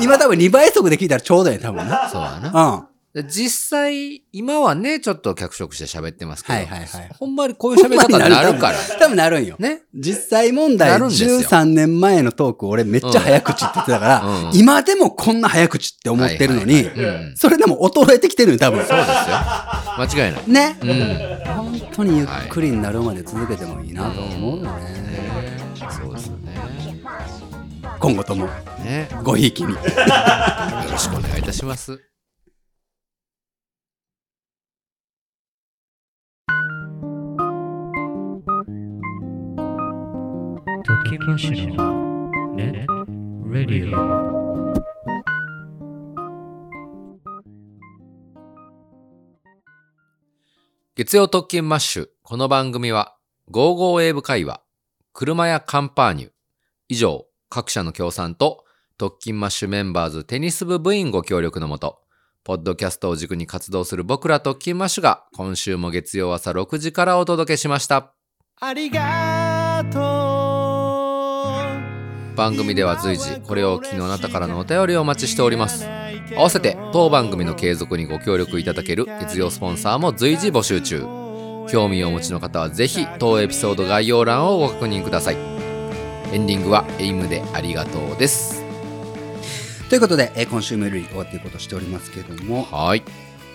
Speaker 2: 今多分2倍速で聞いたらちょうどや、多分な。
Speaker 1: そうやな。
Speaker 2: うん。
Speaker 1: で実際、今はね、ちょっと脚色して喋ってますけど、
Speaker 2: はいはいはい
Speaker 1: ほんまにこういう喋り方になるから。
Speaker 2: 多分なるんよ。
Speaker 1: ね。
Speaker 2: 実際問題
Speaker 1: なるんですよ
Speaker 2: 13年前のトーク俺めっちゃ早口って言ってたから、
Speaker 1: うんうん
Speaker 2: 今でもこんな早口って思ってるのに、
Speaker 1: はいはいはいうん
Speaker 2: それでも衰えてきてるよ多分。
Speaker 1: 間違いない。
Speaker 2: ね、
Speaker 1: うん。
Speaker 2: 本当にゆっくりになるまで続けてもいいなと思うよね。
Speaker 1: そうですよね。
Speaker 2: 今後とも
Speaker 1: ね。
Speaker 2: ごひいきに。
Speaker 1: よろしくお願いいたします。
Speaker 5: 時マシュのネット・レディオ
Speaker 1: 月曜特勤マッシュ。この番組は、55ウェーブ会話、車やカンパーニュ。以上、各社の協賛と、特勤マッシュメンバーズテニス部部員ご協力のもと、ポッドキャストを軸に活動する僕ら特勤マッシュが、今週も月曜朝6時からお届けしました。
Speaker 6: ありがとう
Speaker 1: 番
Speaker 6: 番組
Speaker 1: 組
Speaker 6: で
Speaker 1: で
Speaker 6: は
Speaker 1: は
Speaker 6: 随
Speaker 1: 随
Speaker 6: 時
Speaker 1: 時
Speaker 6: こ
Speaker 1: こ
Speaker 6: れ
Speaker 1: れ
Speaker 6: を
Speaker 1: を
Speaker 6: 機
Speaker 1: 機
Speaker 6: 能
Speaker 1: 能
Speaker 6: あ
Speaker 1: あな
Speaker 6: なた
Speaker 1: た
Speaker 6: か
Speaker 1: からら
Speaker 6: の
Speaker 1: の
Speaker 6: お
Speaker 1: お
Speaker 6: 便
Speaker 1: 便
Speaker 6: り
Speaker 1: り
Speaker 6: を
Speaker 1: を
Speaker 6: お
Speaker 1: お
Speaker 6: 待
Speaker 1: 待ち
Speaker 6: ちし
Speaker 1: してて
Speaker 6: お
Speaker 1: お
Speaker 6: り
Speaker 1: り
Speaker 6: ま
Speaker 1: ますす
Speaker 6: 合
Speaker 1: 合
Speaker 6: わ
Speaker 1: わ
Speaker 6: せ
Speaker 1: せ
Speaker 6: て
Speaker 1: て
Speaker 6: 当
Speaker 1: 当
Speaker 6: 番
Speaker 1: 番
Speaker 6: 組
Speaker 1: 組
Speaker 6: の
Speaker 1: の
Speaker 6: 継
Speaker 1: 継
Speaker 6: 続
Speaker 1: 続
Speaker 6: に
Speaker 1: に
Speaker 6: ご
Speaker 1: ご
Speaker 6: 協
Speaker 1: 協
Speaker 6: 力
Speaker 1: 力
Speaker 6: い
Speaker 1: い
Speaker 6: た
Speaker 1: た
Speaker 6: だ
Speaker 1: だ
Speaker 6: け
Speaker 1: け
Speaker 6: る
Speaker 1: る
Speaker 6: 月
Speaker 1: 月
Speaker 6: 曜
Speaker 1: 曜
Speaker 6: ス
Speaker 1: ス
Speaker 6: ポ
Speaker 1: ポ
Speaker 6: ン
Speaker 1: ン
Speaker 6: サ
Speaker 1: サ
Speaker 6: ー
Speaker 1: ー
Speaker 6: も
Speaker 1: も
Speaker 6: 随
Speaker 1: 随時
Speaker 6: 時募
Speaker 1: 募
Speaker 6: 集
Speaker 1: 集
Speaker 6: 中
Speaker 1: 中
Speaker 6: 興
Speaker 1: 興
Speaker 6: 味
Speaker 1: 味
Speaker 6: を
Speaker 1: を
Speaker 6: お
Speaker 1: お
Speaker 6: 持
Speaker 1: 持
Speaker 6: ち
Speaker 1: ち
Speaker 6: の
Speaker 1: の
Speaker 6: 方
Speaker 1: 方
Speaker 6: は
Speaker 1: は
Speaker 6: ぜ
Speaker 1: ぜ
Speaker 6: ひ
Speaker 1: ひ
Speaker 6: 当
Speaker 1: 当
Speaker 6: エ
Speaker 1: エピ
Speaker 6: ピソ
Speaker 1: ソ
Speaker 6: ー
Speaker 1: ー
Speaker 6: ド
Speaker 1: ド
Speaker 6: 概
Speaker 1: 概
Speaker 6: 要
Speaker 1: 要
Speaker 6: 欄
Speaker 1: 欄
Speaker 6: を
Speaker 1: を
Speaker 6: ご
Speaker 1: ご
Speaker 6: 確
Speaker 1: 確認
Speaker 6: 認く
Speaker 1: く
Speaker 6: だ
Speaker 1: だ
Speaker 6: さ
Speaker 1: さ
Speaker 6: い
Speaker 1: いエンディングはエイムでありがとうです
Speaker 2: ということで、えー今週もゆるり終わっていこうとしておりますけども、
Speaker 1: はい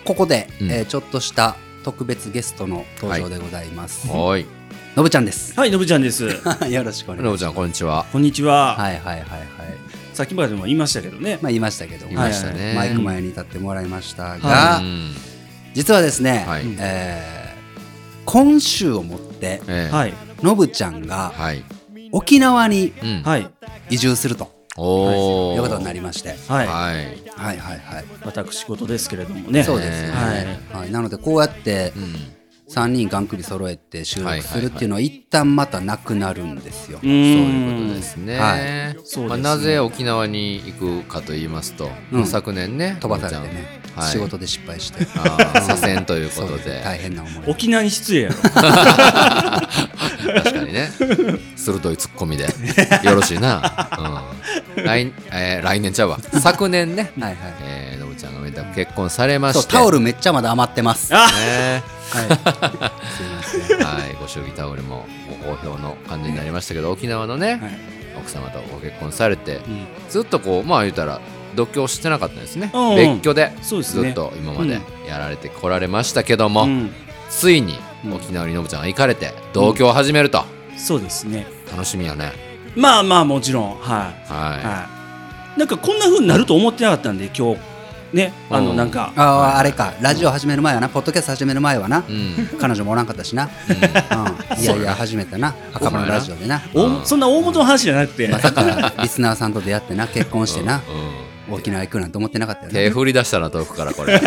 Speaker 2: ここで、
Speaker 1: うん
Speaker 2: えーちょっとした特別ゲストの登場でございます。
Speaker 1: はい
Speaker 2: のぶちゃん です。
Speaker 3: はい、のぶちゃんです。
Speaker 2: よろしくお願い
Speaker 1: の
Speaker 2: しま
Speaker 1: ぶ
Speaker 2: す。
Speaker 1: ちゃんこんにちは
Speaker 3: こんにちは。
Speaker 2: はいはいはいはい。
Speaker 3: さっきまでも言いましたけどね。
Speaker 2: まあ言いましたけども、
Speaker 1: いましたね
Speaker 2: マイク前に立ってもらいましたが、
Speaker 3: は
Speaker 1: うん
Speaker 2: 実はですね、
Speaker 1: はい
Speaker 2: えー今週をもって
Speaker 1: ええ
Speaker 3: はい、
Speaker 2: のぶちゃんが
Speaker 1: はい
Speaker 2: 沖縄に
Speaker 1: うん
Speaker 3: はい、
Speaker 2: 移住すると
Speaker 1: お
Speaker 2: い
Speaker 1: お
Speaker 2: うことになりまして、
Speaker 3: はい。
Speaker 1: はい
Speaker 2: はいはいはい、
Speaker 3: 私事ですけれどもね。
Speaker 2: そうですね、はいなのでこうやって
Speaker 1: うん
Speaker 2: 3人がんくり揃えて収録するっていうのは一旦またなくなるんですよ、
Speaker 3: う
Speaker 1: そう
Speaker 3: ー
Speaker 1: いう
Speaker 3: ん
Speaker 1: ことですね。
Speaker 2: は
Speaker 3: そうですね
Speaker 1: まあ、なぜ沖縄に行くかと言いますと、
Speaker 2: うん
Speaker 1: 昨年ね、
Speaker 2: 飛ばされ
Speaker 1: の
Speaker 2: てね、
Speaker 1: ぶちゃんはい
Speaker 2: 仕事で失敗して
Speaker 1: あー左遷というこ
Speaker 2: そう
Speaker 1: と
Speaker 2: ですね
Speaker 1: で、
Speaker 2: 大変な思い
Speaker 3: 沖縄に失礼やろ。
Speaker 1: 確かにね鋭いツッコミ でよろしいな、うん来えー来年ちゃうわ昨年ね、
Speaker 2: はいはい
Speaker 1: えー、のぶちゃんがめた結婚されま
Speaker 2: そう
Speaker 1: して
Speaker 2: タオルめっちゃまだ余ってます、は
Speaker 1: ね
Speaker 2: い、すいません
Speaker 1: はいご祝儀タオルもご好評の感じになりましたけど沖縄のね、奥様とご結婚されて、
Speaker 3: ん
Speaker 1: ずっとこうまあ言うたら独居してなかったんですね、
Speaker 3: うんうん
Speaker 1: 別居で
Speaker 3: そうです
Speaker 1: ず
Speaker 3: ね
Speaker 1: っと今までやられてこられましたけども、
Speaker 3: うん、
Speaker 1: ついに沖縄にのぶちゃんが行かれて同居を始めると、
Speaker 3: そうですね。
Speaker 1: 楽しみやね
Speaker 3: まあまあ、もちろん、はい、
Speaker 1: はい、
Speaker 3: はい。なんかこんな風になると思ってなかったんで、今日。ね、あ
Speaker 1: う
Speaker 3: の、
Speaker 1: ん
Speaker 3: なんか。
Speaker 2: あああれかラジオ始める前はなポッドキャスト始める前はな、
Speaker 1: うん
Speaker 2: 彼女もおらんかったしな、 うん、いやいや始めたな赤間のラジオでな
Speaker 3: おそんな大元の話じゃなくて、
Speaker 2: まさかリスナーさんと出会っ てな結婚してな
Speaker 1: うん
Speaker 2: 沖縄行くなんて思ってなかったよ
Speaker 1: 手
Speaker 2: ね
Speaker 1: 振り出したな遠くから これ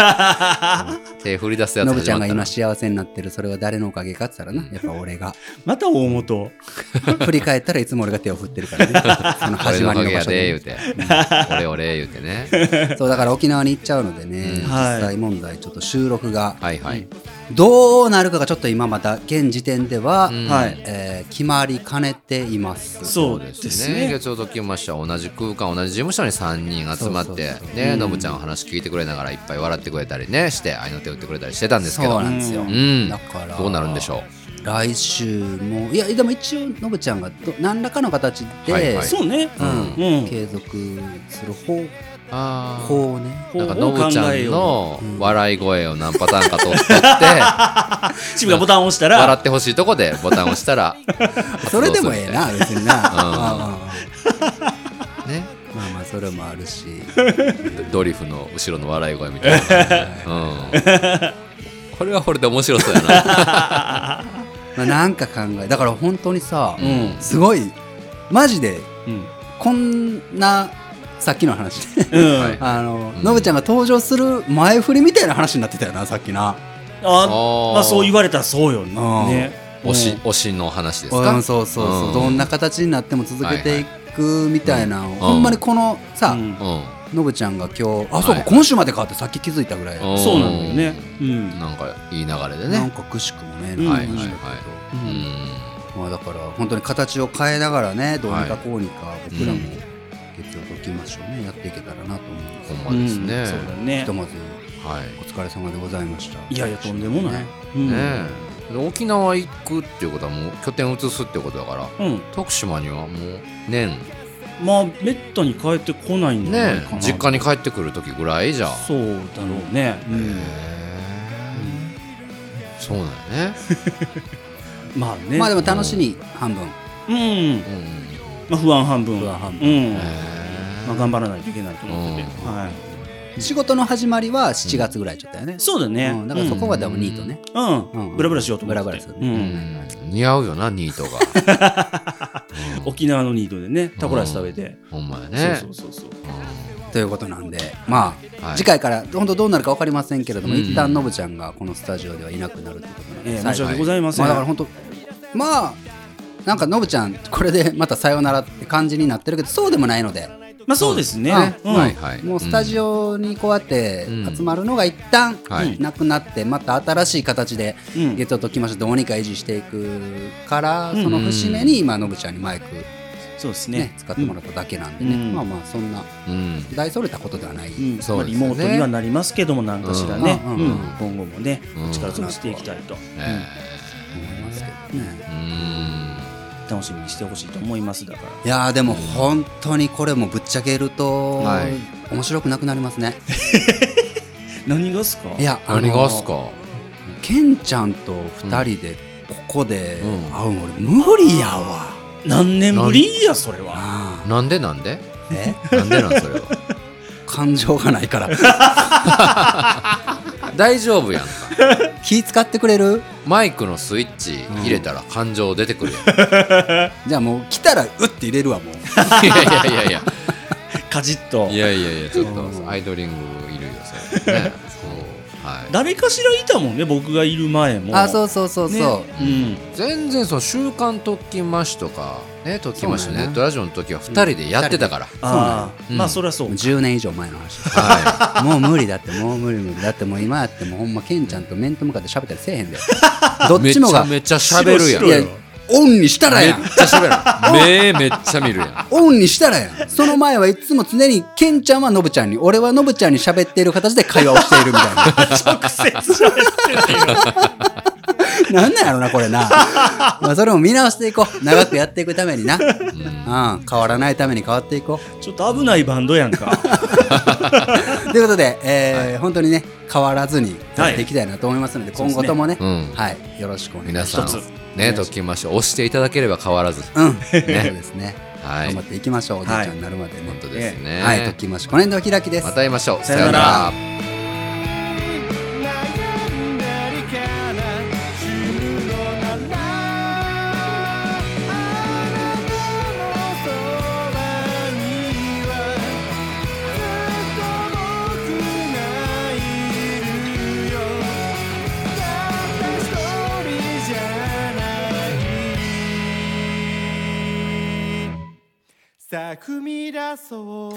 Speaker 1: 手振り出すやつ
Speaker 2: のぶち
Speaker 1: 始
Speaker 2: ゃん
Speaker 1: まっ
Speaker 2: が
Speaker 1: た
Speaker 2: 今
Speaker 1: な
Speaker 2: 幸せになってるそれは誰のおかげかって言ったらなやっぱ俺が
Speaker 3: また大元。
Speaker 2: 振り返ったらいつも俺が手を振ってるから ねそ
Speaker 1: 俺
Speaker 2: の始
Speaker 1: の
Speaker 2: ま
Speaker 1: おか
Speaker 2: りの
Speaker 1: げ
Speaker 2: 場
Speaker 1: や
Speaker 2: 所
Speaker 1: で言う
Speaker 2: で
Speaker 1: て 俺俺言うてね
Speaker 2: そうだから沖縄に行っちゃうのでね
Speaker 1: うん
Speaker 2: 実
Speaker 3: はい
Speaker 2: 際問題ちょっと収録が
Speaker 1: はいはい、
Speaker 2: どうなるかがちょっと今まだ現時点では、
Speaker 1: うん
Speaker 3: はい。
Speaker 2: えー決まりかねています
Speaker 3: そう
Speaker 1: そうで
Speaker 3: です
Speaker 1: す
Speaker 3: ね
Speaker 1: ね月曜時ましては同じ空間同じ事務所に3人集まって
Speaker 2: そうそうそう
Speaker 1: ねのぶちゃんお話聞いてくれながらいっぱい笑ってくれたりねして愛の手を打ってくれたりしてたんですけど
Speaker 2: そうなんですよ、
Speaker 1: うん
Speaker 2: だから
Speaker 1: どうなるんでしょ
Speaker 2: う来週もいやでも一応のぶちゃんがど何らかの形で、
Speaker 1: はいはい
Speaker 3: そうね。
Speaker 2: うん
Speaker 3: うんうん
Speaker 2: 継続する方
Speaker 1: うあー
Speaker 2: 法をね
Speaker 1: なんかのぶちゃん
Speaker 3: よ
Speaker 1: の笑い声を何パターンか取っ とって
Speaker 3: う。チームがボタンを押した
Speaker 1: 笑
Speaker 3: ら、
Speaker 1: ってほしいとこでボタンを押したら
Speaker 2: それでもええな別にな、あ
Speaker 1: ね
Speaker 2: あまあまあそれもあるし
Speaker 1: ドリフの後ろの笑い声みたい な、うん、これはこれで面白そうやな
Speaker 2: まあなんか考えだから本当にさ、
Speaker 3: うん
Speaker 2: すごいマジで
Speaker 3: うん。
Speaker 2: こんなさっき の話ね
Speaker 3: うん。
Speaker 1: はい
Speaker 2: あの、
Speaker 1: うん
Speaker 2: のぶちゃんが登場する前振りみたいな話になってたよなさっきな
Speaker 3: あ
Speaker 1: ー
Speaker 3: まあそう言われたらそうよね。
Speaker 2: うん
Speaker 3: ね
Speaker 1: 推し推しの話です
Speaker 2: う
Speaker 1: か
Speaker 2: ん、そうそうそう、
Speaker 1: うん
Speaker 2: どんな形になっても続けていくみたいな、
Speaker 1: ん
Speaker 2: ほんまにこの
Speaker 3: う
Speaker 2: さ、
Speaker 3: ん
Speaker 1: う
Speaker 2: のぶちゃんが今日あそうか、
Speaker 1: はい
Speaker 2: 今週までかってさっき気づいたぐらい、
Speaker 1: ん
Speaker 3: そうなんだよね。うん。
Speaker 1: なんかいい流れで
Speaker 2: なん
Speaker 1: ね、
Speaker 2: かくしくもね、
Speaker 3: うん
Speaker 2: な
Speaker 1: は
Speaker 2: ん
Speaker 1: い
Speaker 2: か
Speaker 1: はい
Speaker 2: ね
Speaker 1: はい、
Speaker 3: う
Speaker 1: うんん
Speaker 2: まあだから本当に形を変えながらねどうにかこうにか僕らも月曜ときましょうね、やっていけたらなと思います、
Speaker 1: ほんまですね。
Speaker 3: うん
Speaker 2: そうだねひとまず
Speaker 1: はい。
Speaker 2: お疲れ様でございました
Speaker 3: いやいやとんでもない
Speaker 2: ね
Speaker 3: うん
Speaker 1: ねえ。で沖縄行くっていうことはもう拠点移すってことだから
Speaker 3: うん
Speaker 1: 徳島にはもう年
Speaker 3: まあめったに帰ってこないんじゃない
Speaker 1: ね
Speaker 3: か
Speaker 1: え
Speaker 3: な
Speaker 1: 実家に帰ってくる時ぐらいじゃん
Speaker 3: そうだろうね、う
Speaker 1: へ
Speaker 3: ん
Speaker 1: えそうなんやね
Speaker 3: まあね
Speaker 2: まあでも楽しみ半分
Speaker 3: うん
Speaker 1: うんうん
Speaker 3: まあ、不安半分
Speaker 2: 不安半
Speaker 3: うん
Speaker 1: へ
Speaker 3: まあ、頑張らないといけないと思ってて、
Speaker 1: うん
Speaker 3: はい、
Speaker 2: 仕事の始まりは7月ぐらいちょっとよね、
Speaker 3: そうだね、
Speaker 2: うんだからそこはでも
Speaker 1: うん
Speaker 2: ニートね、
Speaker 3: うん、
Speaker 2: う
Speaker 3: うんん、ブラブラしようと思って
Speaker 2: ブラ
Speaker 3: て
Speaker 2: ブラする
Speaker 3: う
Speaker 1: えうんん似合うよなニートがうん
Speaker 3: 沖縄のニートでねタコライス食べて、
Speaker 1: ほんまやね
Speaker 3: そうそうそうそう
Speaker 2: ということなんでまあ、
Speaker 1: はい
Speaker 2: 次回から本当どうなるか分かりませんけれども、
Speaker 1: うん
Speaker 2: 一旦のぶちゃんがこのスタジオではいなくなるということなんで、
Speaker 3: ええ
Speaker 2: 最
Speaker 3: 申
Speaker 2: 後
Speaker 3: し訳ございませ
Speaker 2: ま
Speaker 3: ん、
Speaker 2: あだから本当まあなんかのぶちゃんこれでまたさよならって感じになってるけどそうでもないので、
Speaker 3: まあそうですね、
Speaker 2: う
Speaker 3: うん
Speaker 1: はいはい
Speaker 2: もうスタジオにこうやって集まるのが一旦
Speaker 1: はい
Speaker 2: なくなってまた新しい形で
Speaker 3: うん
Speaker 2: 月曜ときましょうどうにか維持していくから
Speaker 3: うん
Speaker 2: その節目に今のぶちゃんにマイク
Speaker 3: そうですね
Speaker 2: ね使ってもらっただけなんでね
Speaker 3: うん
Speaker 2: まあまあそんな
Speaker 1: うん
Speaker 2: 大それたことではない
Speaker 3: うん
Speaker 1: そう
Speaker 3: まあ、
Speaker 1: です
Speaker 3: リ
Speaker 1: ね
Speaker 3: モートにはなりますけども何かしらね、
Speaker 2: う
Speaker 3: うんん
Speaker 2: うん
Speaker 3: 今後もね
Speaker 1: うん
Speaker 3: 力尽くしていきたいと
Speaker 1: え
Speaker 2: 思いますけどね
Speaker 1: えうん
Speaker 3: 楽しみにしてほしいと思いますだから
Speaker 2: いやーでも本当にこれもぶっちゃけると
Speaker 1: はい
Speaker 2: 面白くなくなりますね
Speaker 3: 何がっすか
Speaker 2: いやあのー
Speaker 1: 何がっすか
Speaker 2: ケンちゃんと二人でここで
Speaker 1: うん
Speaker 2: 会うの俺無理やわ、
Speaker 3: 何年ぶりやそれは
Speaker 2: ああ
Speaker 1: なんでなんで
Speaker 2: え
Speaker 1: なんでなんそれは
Speaker 2: 感情がないから
Speaker 1: 大丈夫やんか
Speaker 2: 気使ってくれる
Speaker 1: マイクのスイッチ入れたら感情出てくるやん、
Speaker 2: じゃあもう来たらうって入れるわもう
Speaker 1: いやいやいやいや
Speaker 3: カジッと
Speaker 1: いやいやいやちょっ
Speaker 2: うん
Speaker 1: とアイドリングいるよそれねそうはい
Speaker 3: 誰かしらいたもんね僕がいる前も
Speaker 2: あそうそうそうそう、
Speaker 3: うん
Speaker 1: 全然その「週刊特勤マッシュ」とかね特勤マッシュ
Speaker 2: そうね
Speaker 1: ネットラジオの時は2人でやってたから、
Speaker 3: ああ、
Speaker 1: うん
Speaker 3: まあそりゃそう か
Speaker 2: 10年以上前の話
Speaker 1: は
Speaker 2: もう無理だってもう無理無理だってもう今やってもうほんまケンちゃんと面と向かって喋ったりせえ へんでど
Speaker 1: い、
Speaker 2: っ
Speaker 1: め
Speaker 2: ち
Speaker 1: ち
Speaker 2: も
Speaker 1: ゃ
Speaker 2: が
Speaker 1: めちゃ喋るやん
Speaker 2: い
Speaker 1: めっ
Speaker 2: やオンにしたらやん
Speaker 1: ちゃ喋る目めっちゃ見るやん
Speaker 2: オンにしたらやんその前はいつも常にケンちゃんはノブちゃんに俺はノブちゃんに喋っている形で会話をしているみたいな
Speaker 3: 直接喋ってるよ
Speaker 2: なんなんやろな、これな。まあ、それも見直していこう。長くやっていくためにな。うん、変わらないために変わっていこう。
Speaker 3: ちょっと危ないバンドやんか
Speaker 2: ということで、えー本当にね、変わらずにやっていきたいなと思いますので、
Speaker 3: い
Speaker 2: 今後ともね、
Speaker 1: うん
Speaker 2: はい、よろしくお願いしま
Speaker 1: 皆
Speaker 2: す。
Speaker 1: さん
Speaker 3: 一
Speaker 1: ね特勤マッシュ押していただければ変わらず
Speaker 2: うん、そうですね。
Speaker 1: はい
Speaker 2: 頑張っていきましょう、おじいちゃんになるまで
Speaker 1: 本
Speaker 2: ね。
Speaker 1: 当ですね、
Speaker 2: はい、ときましょう。この辺でお開きです。
Speaker 1: また会いましょう
Speaker 3: さよなら
Speaker 6: 悩んだりかな死ぬのならあなたのそばにはずっと僕がいるよたった一人じゃないさあ踏み出そう